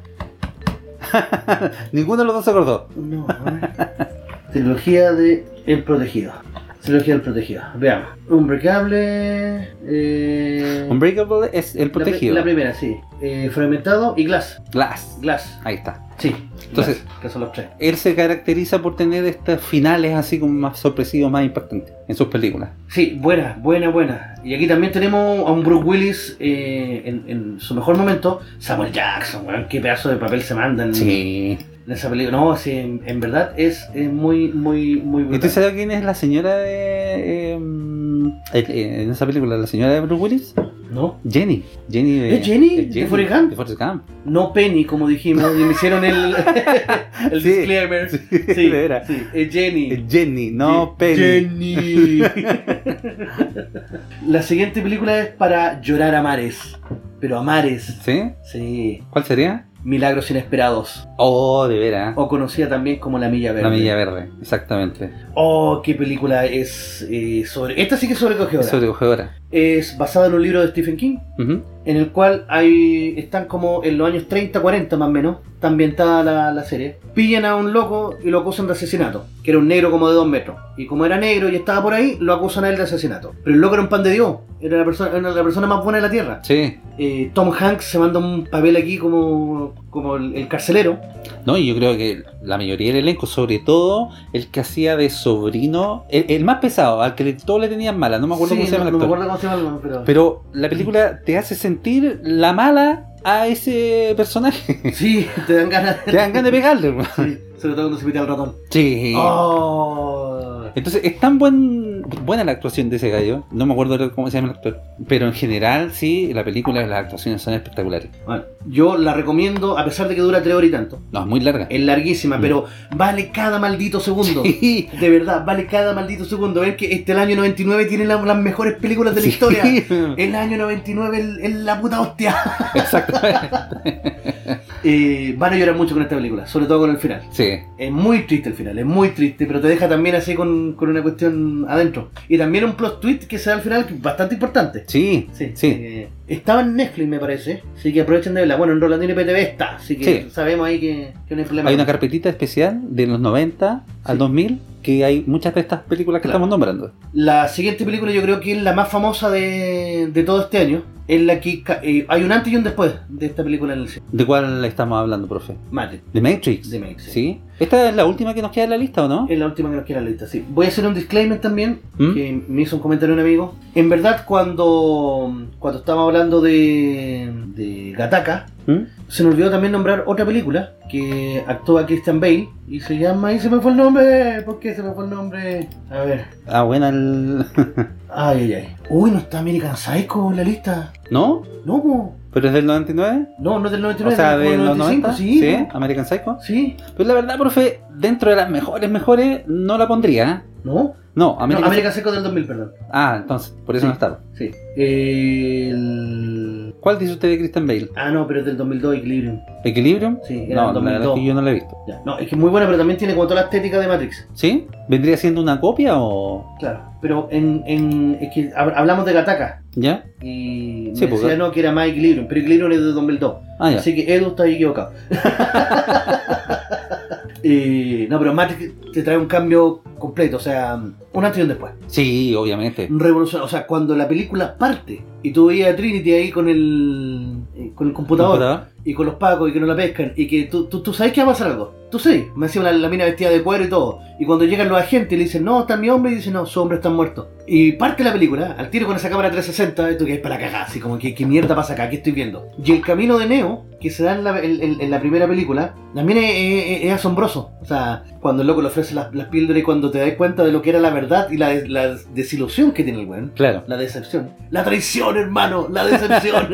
S3: Ninguno de los dos se acordó.
S2: No, Trilogía de El Protegido. Trilogía del Protegido. Veamos. Unbreakable. Eh,
S3: Unbreakable es el
S2: la pri-
S3: protegido.
S2: La, primera, sí. Eh, fragmentado y Glass.
S3: Glass.
S2: Glass.
S3: Ahí está.
S2: Sí.
S3: Entonces-
S2: Glass, que son los tres.
S3: Él se caracteriza por tener estos finales así como más sorpresivos, más impactantes en sus películas.
S2: Sí, buena, buena, buena. Y aquí también tenemos a un Brooke Willis eh, en, en su mejor momento. Samuel Jackson, weón. Qué pedazo de papel se mandan
S3: Sí.
S2: en esa película. No, sí, en, en verdad es, eh, muy, muy, muy
S3: ¿Y
S2: brutal.
S3: tú sabes quién es la señora de. eh, el- eh, en esa película, la señora de Bruce Willis?
S2: ¿No?
S3: Jenny. Jenny de.
S2: ¿Es Jenny? ¿De Forrest Gump?
S3: De Forrest Gump.
S2: No Penny, como dijimos, y me hicieron el, el
S3: Sí.
S2: disclaimer. Sí,
S3: de veras.
S2: sí, es Jenny.
S3: Es Jenny, no
S2: Ye-
S3: Penny.
S2: Jenny. La siguiente película es para llorar a mares. Pero a mares.
S3: ¿Sí?
S2: Sí.
S3: ¿Cuál sería?
S2: Milagros inesperados.
S3: Oh, de veras.
S2: O conocida también como La Milla Verde.
S3: La Milla Verde, exactamente.
S2: Oh, qué película es eh, sobre. Esta sí que es sobrecogedora.
S3: Eso te coge ahora.
S2: Es basada en un libro de Stephen King.
S3: Ujú.
S2: en el cual hay, están como en los años 30, 40 más o menos, está ambientada la, la serie, pillan a un loco y lo acusan de asesinato, que era un negro como de dos metros. Y como era negro y estaba por ahí, lo acusan a él de asesinato. Pero el loco era un pan de Dios, era la persona, era la persona más buena de la Tierra.
S3: Sí.
S2: Eh, Tom Hanks se manda un papel aquí como, como el, el carcelero.
S3: No, y yo creo que la mayoría del elenco, sobre todo el que hacía de sobrino, el, el más pesado, al que le- todos le tenían mala, no me acuerdo
S2: Sí,
S3: cómo se llama
S2: no-
S3: el
S2: no me
S3: actor.
S2: acuerdo cómo se llama, pero...
S3: Pero la película te hace sentir la mala a ese personaje.
S2: Sí, te dan ganas.
S3: Te dan ganas de pegarle. hermano.
S2: Sí, sobre todo cuando se mete al ratón.
S3: Sí.
S2: Oh.
S3: Entonces, es tan buen, buena la actuación de ese gallo. No me acuerdo ahora cómo se llama el actor. Pero en general, sí, la película, las actuaciones son espectaculares.
S2: Bueno, yo la recomiendo, a pesar de que dura tres horas y tanto.
S3: No, es muy larga.
S2: Es larguísima,
S3: Mm.
S2: pero vale cada maldito segundo.
S3: Sí.
S2: De verdad, vale cada maldito segundo. Ver que este el año 99 tiene la- las mejores películas de la
S3: Sí.
S2: historia. El año 99 es la puta hostia.
S3: Exactamente.
S2: eh, van a llorar mucho con esta película, sobre todo con el final.
S3: Sí.
S2: Es muy triste el final, es muy triste, pero te deja también así con, con una cuestión adentro. Y también un plot twist que se da al final que es bastante importante.
S3: Sí.
S2: Sí,
S3: Sí.
S2: eh, estaba en Netflix, me parece. Así que aprovechen de verla. Bueno, en Rolandino PTV está, así que
S3: Sí.
S2: sabemos ahí que, que no hay problema.
S3: Hay una carpetita especial de los 90 al
S2: Sí.
S3: 2000 que hay muchas de estas películas que
S2: Claro.
S3: estamos nombrando.
S2: La siguiente película yo creo que es la más famosa de, de todo este año. Es la que ca- eh, hay un antes y un después de esta película en el cine.
S3: ¿De cuál estamos hablando, profe?
S2: Matrix.
S3: The Matrix.
S2: The Matrix.
S3: Sí. Esta es la última que nos queda en la lista, ¿o no?
S2: Es la última que nos queda en la lista, sí. Voy a hacer un disclaimer también,
S3: ¿Mm?
S2: que me hizo un comentario un amigo. En verdad, cuando, cuando estábamos hablando de, de Gataka,
S3: ¿Mm?
S2: se me olvidó también nombrar otra película que actúa Christian Bale y se llama... ¡Y se me fue el nombre! ¿Por qué se me fue el nombre? A ver...
S3: Ah, buena el...
S2: Ay, ay, ay. Uy, no está American Psycho en la lista.
S3: ¿No?
S2: No, po.
S3: ¿Pero es del 99?
S2: no, no es del
S3: O
S2: 99,
S3: sea,
S2: es
S3: de
S2: del
S3: los 90,
S2: sí.
S3: sí, American Psycho.
S2: Sí,
S3: Pero la verdad, profe, dentro de las mejores, mejores, no la pondría. ¿eh?
S2: no.
S3: No,
S2: American,
S3: American
S2: no, American Psycho del 2000, perdón.
S3: Ah, entonces, por eso
S2: Sí.
S3: no estaba.
S2: Sí. El...
S3: ¿Cuál dice usted de Christian Bale?
S2: Ah, no, pero es del 2002, Equilibrium.
S3: ¿Equilibrium?
S2: Sí, era
S3: No,
S2: del
S3: la verdad
S2: 2002.
S3: es que yo no la he visto.
S2: Ya, No, es que es muy buena, pero también tiene como toda la estética de Matrix.
S3: ¿Sí? ¿Vendría siendo una copia o...?
S2: Claro. Pero en, en es que hab- hablamos de Gataka.
S3: ¿Ya?
S2: Y me
S3: Sí,
S2: decía
S3: porque-
S2: no que era más Equilibrium, pero Equilibrium es del 2002.
S3: Ah, ya.
S2: Así que Edu está equivocado. Eh, no, pero Matrix te trae un cambio completo, o sea, un antes y un después.
S3: Sí, obviamente.
S2: Revolución, o sea, cuando la película parte y tú veías a Trinity ahí con el, eh, con el computador
S3: ¿Computador?
S2: y con los pacos y que no la pescan y que tú, tú, tú sabes que va a pasar algo. Tú sí, me decía la, la mina vestida de cuero y todo. Y cuando llegan los agentes y le dicen, no, está mi hombre, y dicen, no, su hombre está muerto. Y parte la película, al tiro con esa cámara 360, y tú que es para cagar, así como que qué mierda pasa acá, qué estoy viendo. Y el camino de Neo, que se da en la, en- en- en la primera película, también es, es- es asombroso. O sea, cuando el loco le ofrece las, las píldoras y cuando te das cuenta de lo que era la verdad y la, des- la desilusión que tiene el weón.
S3: Claro.
S2: La decepción. La traición, hermano. La decepción.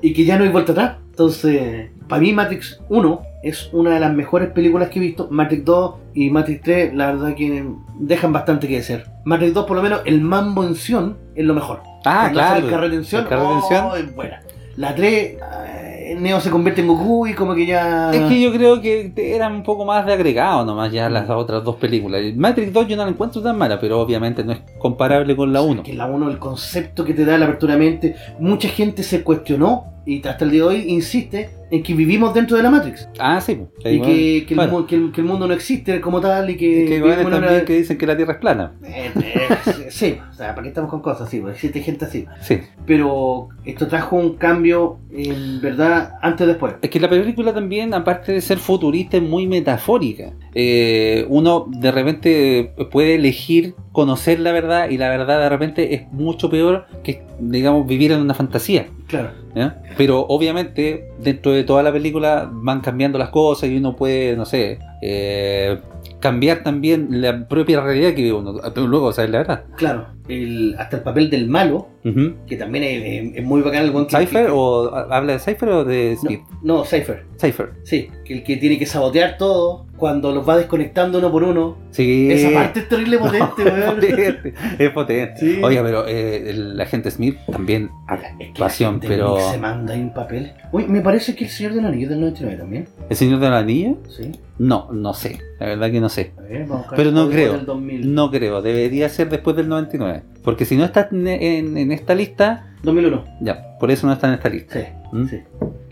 S2: y que ya no hay vuelta atrás. Entonces, para mí Matrix 1 es una de las mejores películas que he visto. Matrix 2 y Matrix 3, la verdad que dejan bastante que desear. Matrix 2, por lo menos, el mambo en Sion es lo mejor.
S3: Ah,
S2: Cuando hace
S3: claro.
S2: El carrete en Sion,
S3: El carrete en
S2: oh,
S3: Sion.
S2: es buena. La 3, eh, Neo se convierte en Goku y como que ya...
S3: Es que yo creo que eran un poco más de agregado nomás ya
S2: Mm.
S3: las otras dos películas. Matrix 2 yo no la encuentro tan mala, pero obviamente no es comparable con la 1.
S2: que la 1, el concepto que te da la apertura de mente, mucha gente se cuestionó y hasta el día de hoy insiste en que vivimos dentro de la Matrix.
S3: Ah, sí. po.
S2: y que, que el,
S3: Bueno.
S2: mu- que el- que el mundo no existe como tal y que,
S3: Y que
S2: vivimos
S3: igual
S2: en una-
S3: también que dicen que la Tierra es plana.
S2: Eh, eh, sí, o sea, ¿para qué estamos con cosas así? Pues existe gente así.
S3: Sí.
S2: Pero esto trajo un cambio, en verdad, antes después.
S3: Es que la película también, aparte de ser futurista, es muy metafórica. Eh, uno de repente puede elegir conocer la verdad y la verdad de repente es mucho peor que, digamos, vivir en una fantasía.
S2: Claro.
S3: ¿ya? Pero obviamente dentro de toda la película van cambiando las cosas y uno puede, no sé, eh, cambiar también la propia realidad que vive uno. Pero luego sabes la verdad.
S2: Claro. El, hasta el papel del malo,
S3: Ujú.
S2: que también es, es- es muy bacán el buen que-
S3: ¿Cypher? ¿O, ¿Habla de Cypher o de Smith?
S2: No, no, Cypher.
S3: Cypher.
S2: Sí, que el que tiene que sabotear todo cuando los va desconectando uno por uno.
S3: Sí.
S2: Esa parte es terrible potente,
S3: es
S2: weón.
S3: potente, es potente.
S2: Sí.
S3: Oiga, pero eh, el agente Smith también
S2: Es que la
S3: actuación,
S2: gente
S3: pero
S2: Se manda ahí un papel. Uy, me parece que el señor del anillo del 99 también.
S3: ¿El Señor de la Anilla?
S2: Sí.
S3: No, no sé. La verdad que no sé.
S2: A ver, vamos a buscar
S3: Pero no
S2: el código
S3: creo.
S2: del 2000.
S3: No creo. Debería ser después del 99. Porque si no está en, en- en esta lista,
S2: 2001.
S3: ya, por eso no está en esta lista.
S2: Sí.
S3: ¿Mm?
S2: sí.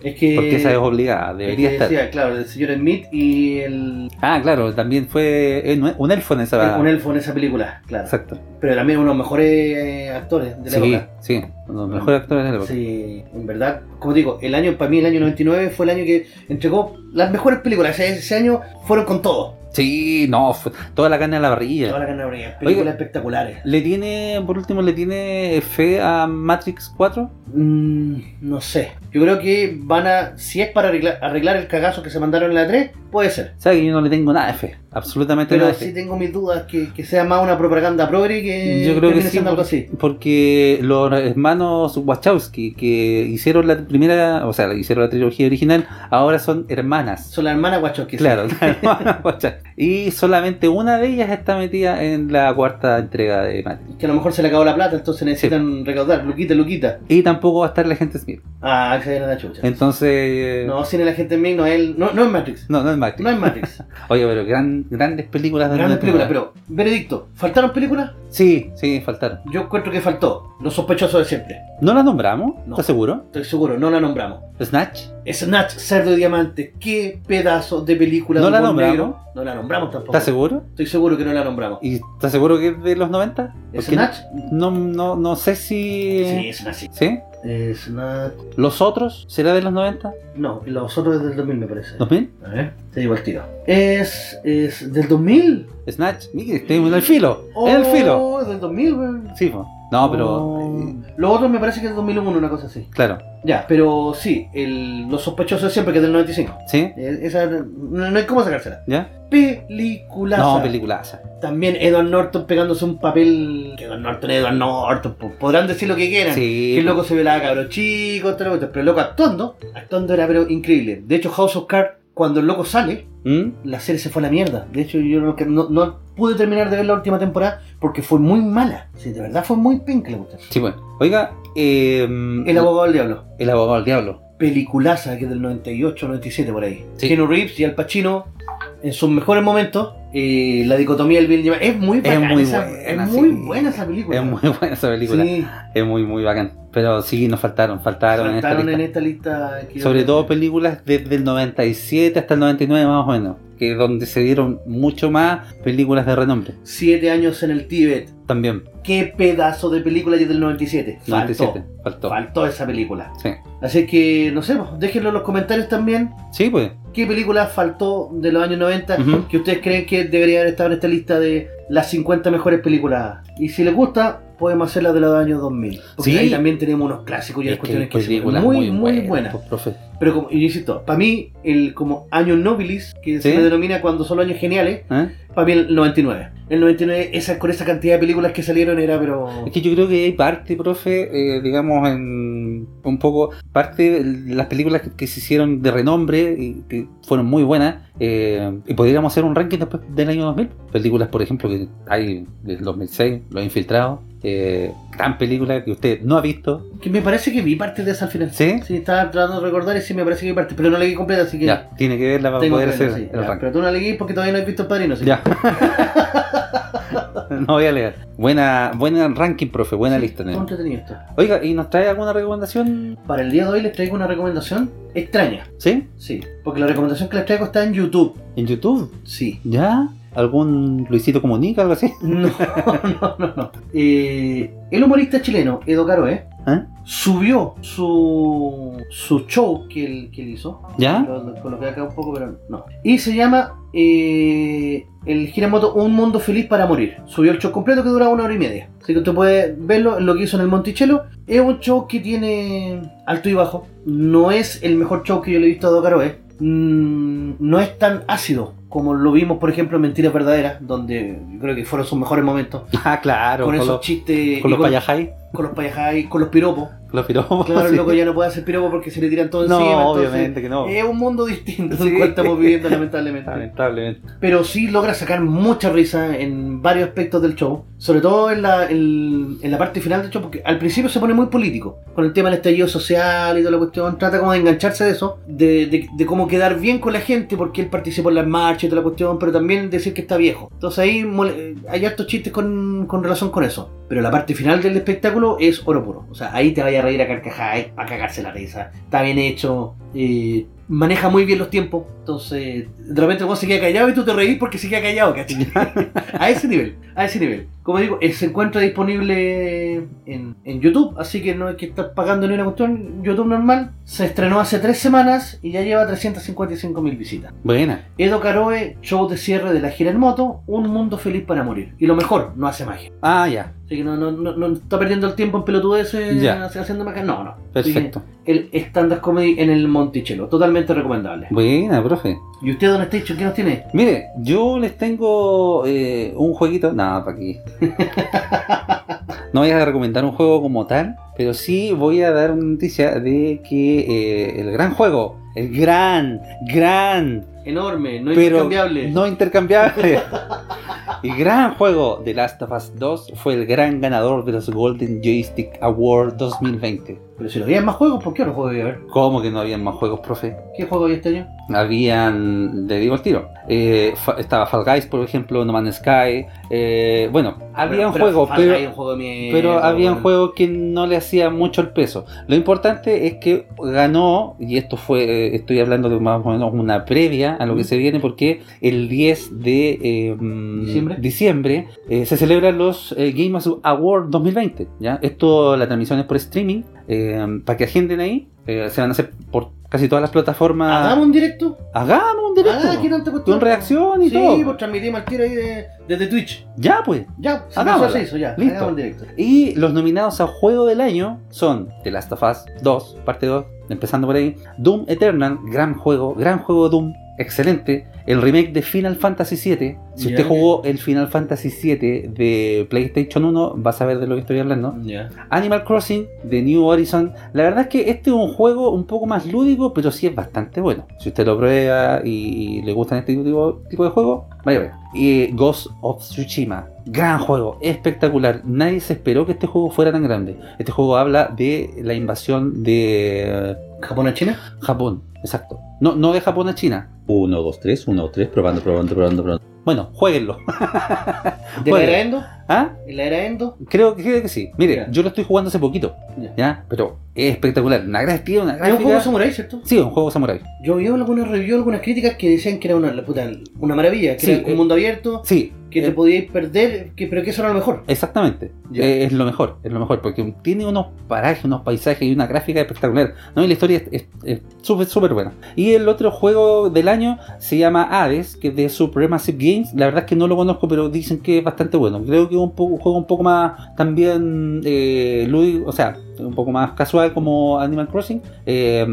S2: Es que.
S3: Porque esa es obligada,
S2: Eh, es que
S3: debería estar.
S2: decía, claro, el señor Smith y el,
S3: Ah, claro, también fue eh, no, un elfo en esa.
S2: un elfo en esa película, claro.
S3: Exacto.
S2: Pero también uno de los mejores eh, actores de la
S3: Sí,
S2: época.
S3: sí, uno de los mejores actores de la época.
S2: Sí, en verdad, como digo, el año para mí, el año 99 fue el año que entregó las mejores películas. Ese, ese año fueron con todo.
S3: Sí, no, fue- toda la carne a la
S2: Todas
S3: parrilla.
S2: las ganadoras, películas
S3: Oiga.
S2: espectaculares.
S3: ¿Le tiene, por último, le tiene fe a Matrix 4?
S2: Mm, no sé. Yo creo que van a. Si es para arreglar, arreglar el cagazo que se mandaron en la 3, puede ser.
S3: ¿Sabes que yo no le tengo nada de fe? Absolutamente
S2: Pero
S3: nada de
S2: sí
S3: fe.
S2: tengo mis dudas que, que sea más una propaganda progre que
S3: Yo creo que
S2: termine
S3: sí,
S2: siendo algo así.
S3: Porque los hermanos Wachowski que hicieron la primera, o sea, hicieron la trilogía original, ahora son hermanas.
S2: Son las hermanas Wachowski. sí.
S3: Claro, las hermanas Wachowski. Y solamente una de ellas está metida en la cuarta entrega de Matrix.
S2: Que a lo mejor se le acabó la plata, entonces necesitan recaudar. Luquita, Luquita.
S3: Y tampoco va a estar la gente Smith.
S2: Ah, esa era la chucha.
S3: Entonces. eh,
S2: No, sin la gente en mí, no es, no, no es Matrix.
S3: No, no es Matrix.
S2: No es Matrix.
S3: Oye, pero gran, grandes películas de
S2: Grandes
S3: Matrix.
S2: películas, pero. Veredicto, ¿faltaron películas?
S3: Sí, sí, faltaron.
S2: Yo encuentro que faltó. Los sospechosos de siempre.
S3: ¿No las nombramos?
S2: No.
S3: ¿Estás seguro?
S2: Estoy seguro, no la nombramos.
S3: ¿Snatch?
S2: Snatch, Cerdo y Diamante, qué pedazo de película.
S3: No
S2: de
S3: la
S2: humor
S3: nombramos.
S2: negro. No la nombramos tampoco.
S3: ¿Estás seguro?
S2: Estoy seguro que no la nombramos.
S3: ¿Y estás seguro que es de los 90? Porque
S2: ¿Snatch?
S3: No, no, no sé si.
S2: Sí, Snatch. sí.
S3: ¿Sí?
S2: Snatch.
S3: ¿Los otros? ¿Será de los 90?
S2: No, los otros es del 2000 me parece.
S3: ¿2000?
S2: A ver, te digo el tiro. Es. es del 2000.
S3: ¿Snatch? Mire, estoy en el filo. En el filo.
S2: Oh, del 2000, weón.
S3: Sí, po. No, pero. eh,
S2: Oh. Lo otro me parece que es del 2001, una cosa así.
S3: Claro.
S2: Ya, pero sí, el, los sospechosos siempre que es del 95.
S3: ¿Sí?
S2: Eh, Esa, no, no hay cómo sacársela.
S3: ¿Ya?
S2: Peliculaza.
S3: No, peliculaza.
S2: También Edward Norton pegándose un papel. Que Edward Norton, Edward Norton. po. Podrán decir lo que quieran.
S3: Sí.
S2: Que el Ah, loco se velaba cabro chico, otra cosa, pero el loco actuando. Actuando era pero increíble. De hecho, House of Cards, cuando el loco sale,
S3: ¿Mm?
S2: la serie se fue a la mierda. De hecho, yo no, no- no pude terminar de ver la última temporada porque fue muy mala. Sí, de verdad fue muy penca la cuestión.
S3: Sí, bueno. Oiga, eh, mm,
S2: El abogado del diablo.
S3: el abogado del diablo.
S2: Peliculaza que es del 98, 97 por ahí.
S3: Sí.
S2: Keanu Reeves y Al Pacino en sus mejores momentos. eh, la dicotomía del bien y el mal. Es muy
S3: Es
S2: bacán
S3: muy
S2: esa-
S3: buena,
S2: es muy
S3: sí.
S2: buena esa película.
S3: Es muy buena esa película.
S2: Sí,
S3: Es muy, muy bacán. Pero sí, nos faltaron, faltaron, en esta
S2: saltaron
S3: lista.
S2: en esta lista. que yo-
S3: Sobre todo películas desde el 97 hasta el 99 más o menos, que donde se dieron mucho más películas de renombre
S2: Siete años en el Tíbet.
S3: también.
S2: Qué pedazo de película y es del 97. Faltó.
S3: 97, faltó.
S2: Faltó esa película.
S3: Sí.
S2: Así que, no sé, pues, déjenlo en los comentarios también.
S3: Sí, pues.
S2: ¿Qué película faltó de los años 90
S3: Ujú.
S2: que ustedes creen que debería haber estado en esta lista de las 50 mejores películas? Y si les gusta, podemos hacer la de los años 2000. Porque
S3: Sí.
S2: ahí también tenemos unos clásicos y
S3: Es
S2: unas
S3: que
S2: cuestiones que, se
S3: películas
S2: muy, muy buenas.
S3: pues, profe.
S2: Pero como, y insisto, para mí, el como año nobilis, que se
S3: Sí.
S2: le denomina cuando son los años geniales,
S3: ¿Eh?
S2: para mí el 99. El 99, esa, con esa cantidad de películas que salieron, era pero...
S3: Es que yo creo que hay parte, profe, eh, digamos, en un poco, parte de las películas que, que se hicieron de renombre y que fueron muy buenas, eh, y podríamos hacer un ranking después del año 2000. Películas, por ejemplo, que hay del 2006, Los Infiltrados, eh, gran película que usted no ha visto,
S2: Que me parece que vi parte de esa al final.
S3: ¿sí?
S2: Sí, estaba tratando de recordar y sí me parece que vi parte, pero no la vi completa, así que...
S3: Ya, tiene que verla para
S2: Tengo
S3: poder
S2: que
S3: hacer
S2: verlo, sí,
S3: el
S2: ya,
S3: ranking.
S2: Pero tú no leí porque todavía no has visto el padrino. ¿sí?
S3: Ya. no voy a leer. Buena, buena ranking, profe, buena lista.
S2: Está
S3: tenemos.
S2: entretenido esto.
S3: Oiga, ¿y nos trae alguna recomendación?
S2: Para el día de hoy les traigo una recomendación extraña.
S3: ¿Sí?
S2: Sí. Porque la recomendación que les traigo está en YouTube.
S3: ¿En YouTube?
S2: Sí.
S3: ¿Ya? ¿Algún Luisito Comunica, algo así?
S2: No, no, no, no. Eh, el humorista chileno, Edo Caroe,
S3: ¿Eh?
S2: subió su, su show que él, que él hizo.
S3: ¿Ya?
S2: Lo, lo coloqué acá un poco, pero no. Y se llama eh, El Giramoto Un Mundo Feliz para Morir. Subió el show completo que dura una hora y media. Así que usted puede verlo, lo que hizo en el Monticello. Es un show que tiene alto y bajo. No es el mejor show que yo le he visto a Docaroe. Mm, no es tan ácido como lo vimos, por ejemplo, en Mentiras Verdaderas, donde yo creo que fueron sus mejores momentos.
S3: Ah, claro,
S2: con
S3: con,
S2: esos
S3: los,
S2: chistes,
S3: con
S2: y
S3: los payajay,
S2: con los payajay, con los piropos.
S3: con los piromos.
S2: Claro, el
S3: sí.
S2: loco ya no puede hacer piropos porque se le tiran todo
S3: No,
S2: encima. entonces-
S3: obviamente que no.
S2: es un mundo distinto
S3: Sí.
S2: del cual estamos viviendo, lamentablemente.
S3: Lamentablemente.
S2: Pero sí logra sacar mucha risa en varios aspectos del show. Sobre todo en la, en, en la parte final del show, porque al principio se pone muy político. Con el tema del estallido social y toda la cuestión. Trata como de engancharse de eso. De, de- de cómo quedar bien con la gente, porque él participó en las marchas y toda la cuestión. Pero también decir que está viejo. Entonces ahí mole- eh, hay hartos chistes con, con relación con eso. Pero la parte final del espectáculo es oro puro. O sea, ahí te vaya a reír a carcajadas, a cagarse la risa. Está bien hecho. eh, maneja muy bien los tiempos. Entonces, de repente el weón se queda callado y tú te reís porque se queda callado, ¿cachai? a ese nivel, a ese nivel. Como digo, eh, se encuentra disponible en, en YouTube, así que no hay que estar pagando ni una cuestión. YouTube normal. Se estrenó hace tres semanas y ya lleva 355 mil visitas.
S3: Buena.
S2: Edo Caroe, show de cierre de la gira en moto, un mundo feliz para morir. Y lo mejor, no hace magia.
S3: Ah, ya.
S2: Así que no, no, no, no está perdiendo el tiempo en pelotudeces
S3: Ya.
S2: haciendo magia. No, no. Así que
S3: Perfecto.
S2: El stand-up comedy en el Monticello, totalmente recomendable.
S3: Buena, profe.
S2: ¿Y usted, Don Station, qué nos tiene?
S3: Mire, yo les tengo eh, un jueguito. Nada, para aquí. no voy a recomendar un juego como tal, pero sí voy a dar una noticia de que eh, el gran juego, el gran, gran
S2: enorme, no
S3: pero
S2: intercambiable.
S3: no intercambiable. El gran juego de Last of Us 2 fue el gran ganador de los Golden Joystick Award 2020.
S2: Pero si lo había más juegos, ¿por qué no juego a ver?
S3: ¿Cómo que no habían más juegos, profe?
S2: ¿Qué juego había este año?
S3: Habían, le digo el tiro, eh, fa- estaba Fall Guys, por ejemplo, No Man's Sky, eh, bueno, había un juego, pero...
S2: había un juego de mierda,
S3: Pero había un
S2: weón.
S3: juego que no le hacía mucho el peso. Lo importante es que ganó, y esto fue, eh, estoy hablando de más o menos una previa a lo
S2: Mm.
S3: que se viene, porque el 10 de eh, mm,
S2: ¿Diciembre?
S3: diciembre, eh, se celebran los eh, Game Awards 2020. ¿ya? Esto, la transmisión es por streaming, eh, para que agenden ahí, eh, se van a hacer por casi todas las plataformas.
S2: ¿Hagamos un directo?
S3: Hagamos un directo.
S2: Ah, ¿qué tanta cuestión?
S3: con reacción y
S2: sí,
S3: todo.
S2: pues transmitimos al tiro ahí de- desde Twitch.
S3: Ya pues.
S2: Ya, se
S3: Hagámosla.
S2: pasó, se hizo, ya.
S3: Listo.
S2: Hagamos el directo.
S3: Y los nominados a juego del año son The Last of Us 2, parte 2, empezando por ahí, Doom Eternal, gran juego, gran juego Doom, excelente, el remake de Final Fantasy VII. Si
S2: Ya.
S3: usted jugó el Final Fantasy VII de PlayStation 1, va a saber de lo que estoy hablando.
S2: Ya.
S3: Animal Crossing de New Horizon. La verdad es que este es un juego un poco más lúdico, pero sí es bastante bueno. Si usted lo prueba y, y le gustan este tipo, tipo de juegos, vaya a ver. Y eh, Ghost of Tsushima. Gran juego, espectacular. Nadie se esperó que este juego fuera tan grande. Este juego habla de la invasión de eh,
S2: ¿Japón a China?
S3: Japón. Exacto. No, no de Japón a China.
S4: 1, 2, 3, 1, 2, 3, probando, probando, probando, probando.
S3: Bueno, jueguenlo.
S2: ¿De
S3: Bueno.
S2: la era Endo?
S3: ¿Ah?
S2: ¿En la era Endo?
S3: Creo, que- creo que sí. Mire,
S2: Ya.
S3: yo lo estoy jugando hace poquito.
S2: Ya.
S3: ¿Ya? Pero es espectacular. Una gráfica, una
S2: Es un juego
S3: gráfica.
S2: de samurai, ¿cierto?
S3: Sí, es un juego samurai.
S2: Yo vi algunas reviews, algunas críticas que decían que era una, la puta, una maravilla, que
S3: Sí,
S2: era un
S3: eh,
S2: mundo abierto,
S3: Sí,
S2: que te
S3: eh,
S2: podíais perder, que, pero que eso era lo mejor.
S3: exactamente.
S2: Ya.
S3: Eh, es lo mejor, es lo mejor, porque tiene unos parajes, unos paisajes y una gráfica espectacular. ¿no? Y la historia es- es es súper, súper buena. Y el otro juego del año se llama Hades, que es de Supremacy Games. La verdad es que no lo conozco, pero dicen que es bastante bueno. Creo que es un, poco, un juego un poco más también eh, lúdico, o sea, un poco más casual como Animal Crossing, eh,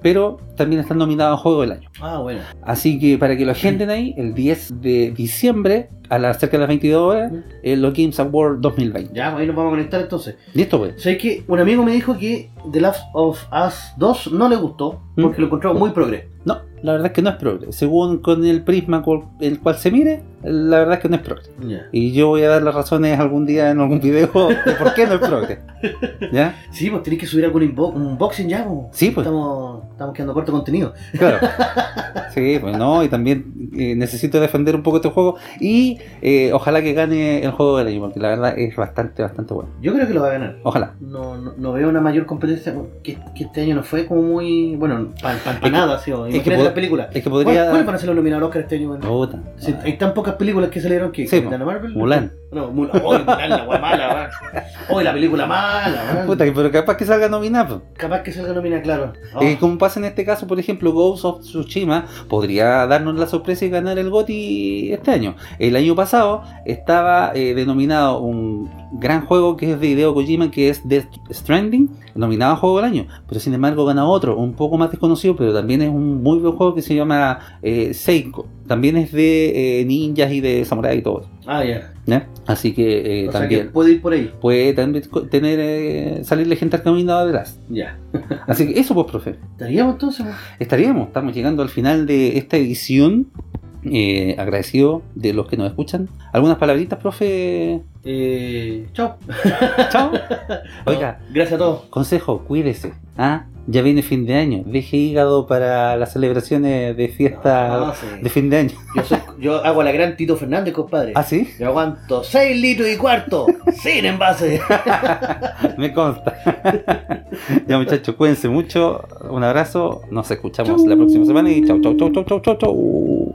S3: pero también está nominado a Juego del Año.
S2: Ah, bueno.
S3: Así que para que lo agenden ahí, el 10 de diciembre, a las cerca de las 22 horas, en los Games Award 2020.
S2: Ya, ahí nos vamos a conectar entonces.
S3: Listo, pues.
S2: ¿Sabes que Un amigo me dijo que The Last of Us 2 no le gustó porque
S3: ¿Mm?
S2: lo encontró muy progre.
S3: No, la verdad es que no es progre. Según con el prisma con el cual se mire, la verdad es que no es progre. Y yo voy a dar las razones algún día en algún video de por qué no es progre. ¿Ya?
S2: Sí, pues tenés que subir algún inbo- un unboxing ya, pues.
S3: Sí, pues.
S2: Estamos, estamos quedando corto de contenido.
S3: Claro. Sí, pues no, y también eh, necesito defender un poco este juego. Y eh, ojalá que gane el juego del año, porque la verdad es bastante, bastante bueno.
S2: Yo creo que lo va a ganar.
S3: Ojalá.
S2: No, no, no veo una mayor competencia que, que este año no fue como muy. Bueno, para nada, ha sido.
S3: es que
S2: Imagínate
S3: pod-
S2: las películas.
S3: Es que
S2: ¿Cuáles
S3: podría.
S2: cuáles van a ser los nominados al Oscar este año? bueno?
S3: Puta.
S2: Si hay tan pocas películas que salieron que.
S3: Sí,
S2: Capitana Marvel.
S3: Mulan.
S2: No, Mulan. Hoy, Mulan, la wea mala, weón. Hoy, la película mala, weón.
S3: Puta, que- pero capaz que salga nominado.
S2: Capaz que salga nominada, claro. Oh.
S3: Eh, como pasa en este caso, por ejemplo, Ghost of Tsushima podría darnos la sorpresa y ganar el GOTY este año. El año pasado estaba eh, denominado un gran juego que es de Hideo Kojima, que es Death Stranding, nominado a Juego del Año. Pero sin embargo gana otro, un poco más desconocido, pero también es un muy buen juego que se llama eh, Seiko. También es de eh, ninjas y de samuráis y todo. eso,
S2: Ah, ya.
S3: ¿ya? Así que eh,
S2: o sea que
S3: también
S2: puede ir por ahí.
S3: puede también co- tener, eh, salirle gente al camino atrás.
S2: Ya.
S3: Así que eso pues, profe.
S2: Estaríamos entonces. pues.
S3: estaríamos. Estamos llegando al final de esta edición. Eh, agradecido de los que nos escuchan. ¿Algunas palabritas, profe?
S2: Eh, chao.
S3: Chao. Oiga,
S2: Gracias a todos.
S3: consejo, cuídese. ¿ah? Ya viene fin de año. Deje hígado para las celebraciones de
S2: Ah,
S3: fiesta
S2: sí.
S3: de fin de año.
S2: yo, soy- yo hago a la gran Tito Fernández, compadre.
S3: ¿Ah, sí?
S2: Yo aguanto 6 litros y cuarto sin envase.
S3: Me consta. ya, muchachos, cuídense mucho. Un abrazo. Nos escuchamos la próxima semana y chau, chau, chau, chau, chau, chau, chau.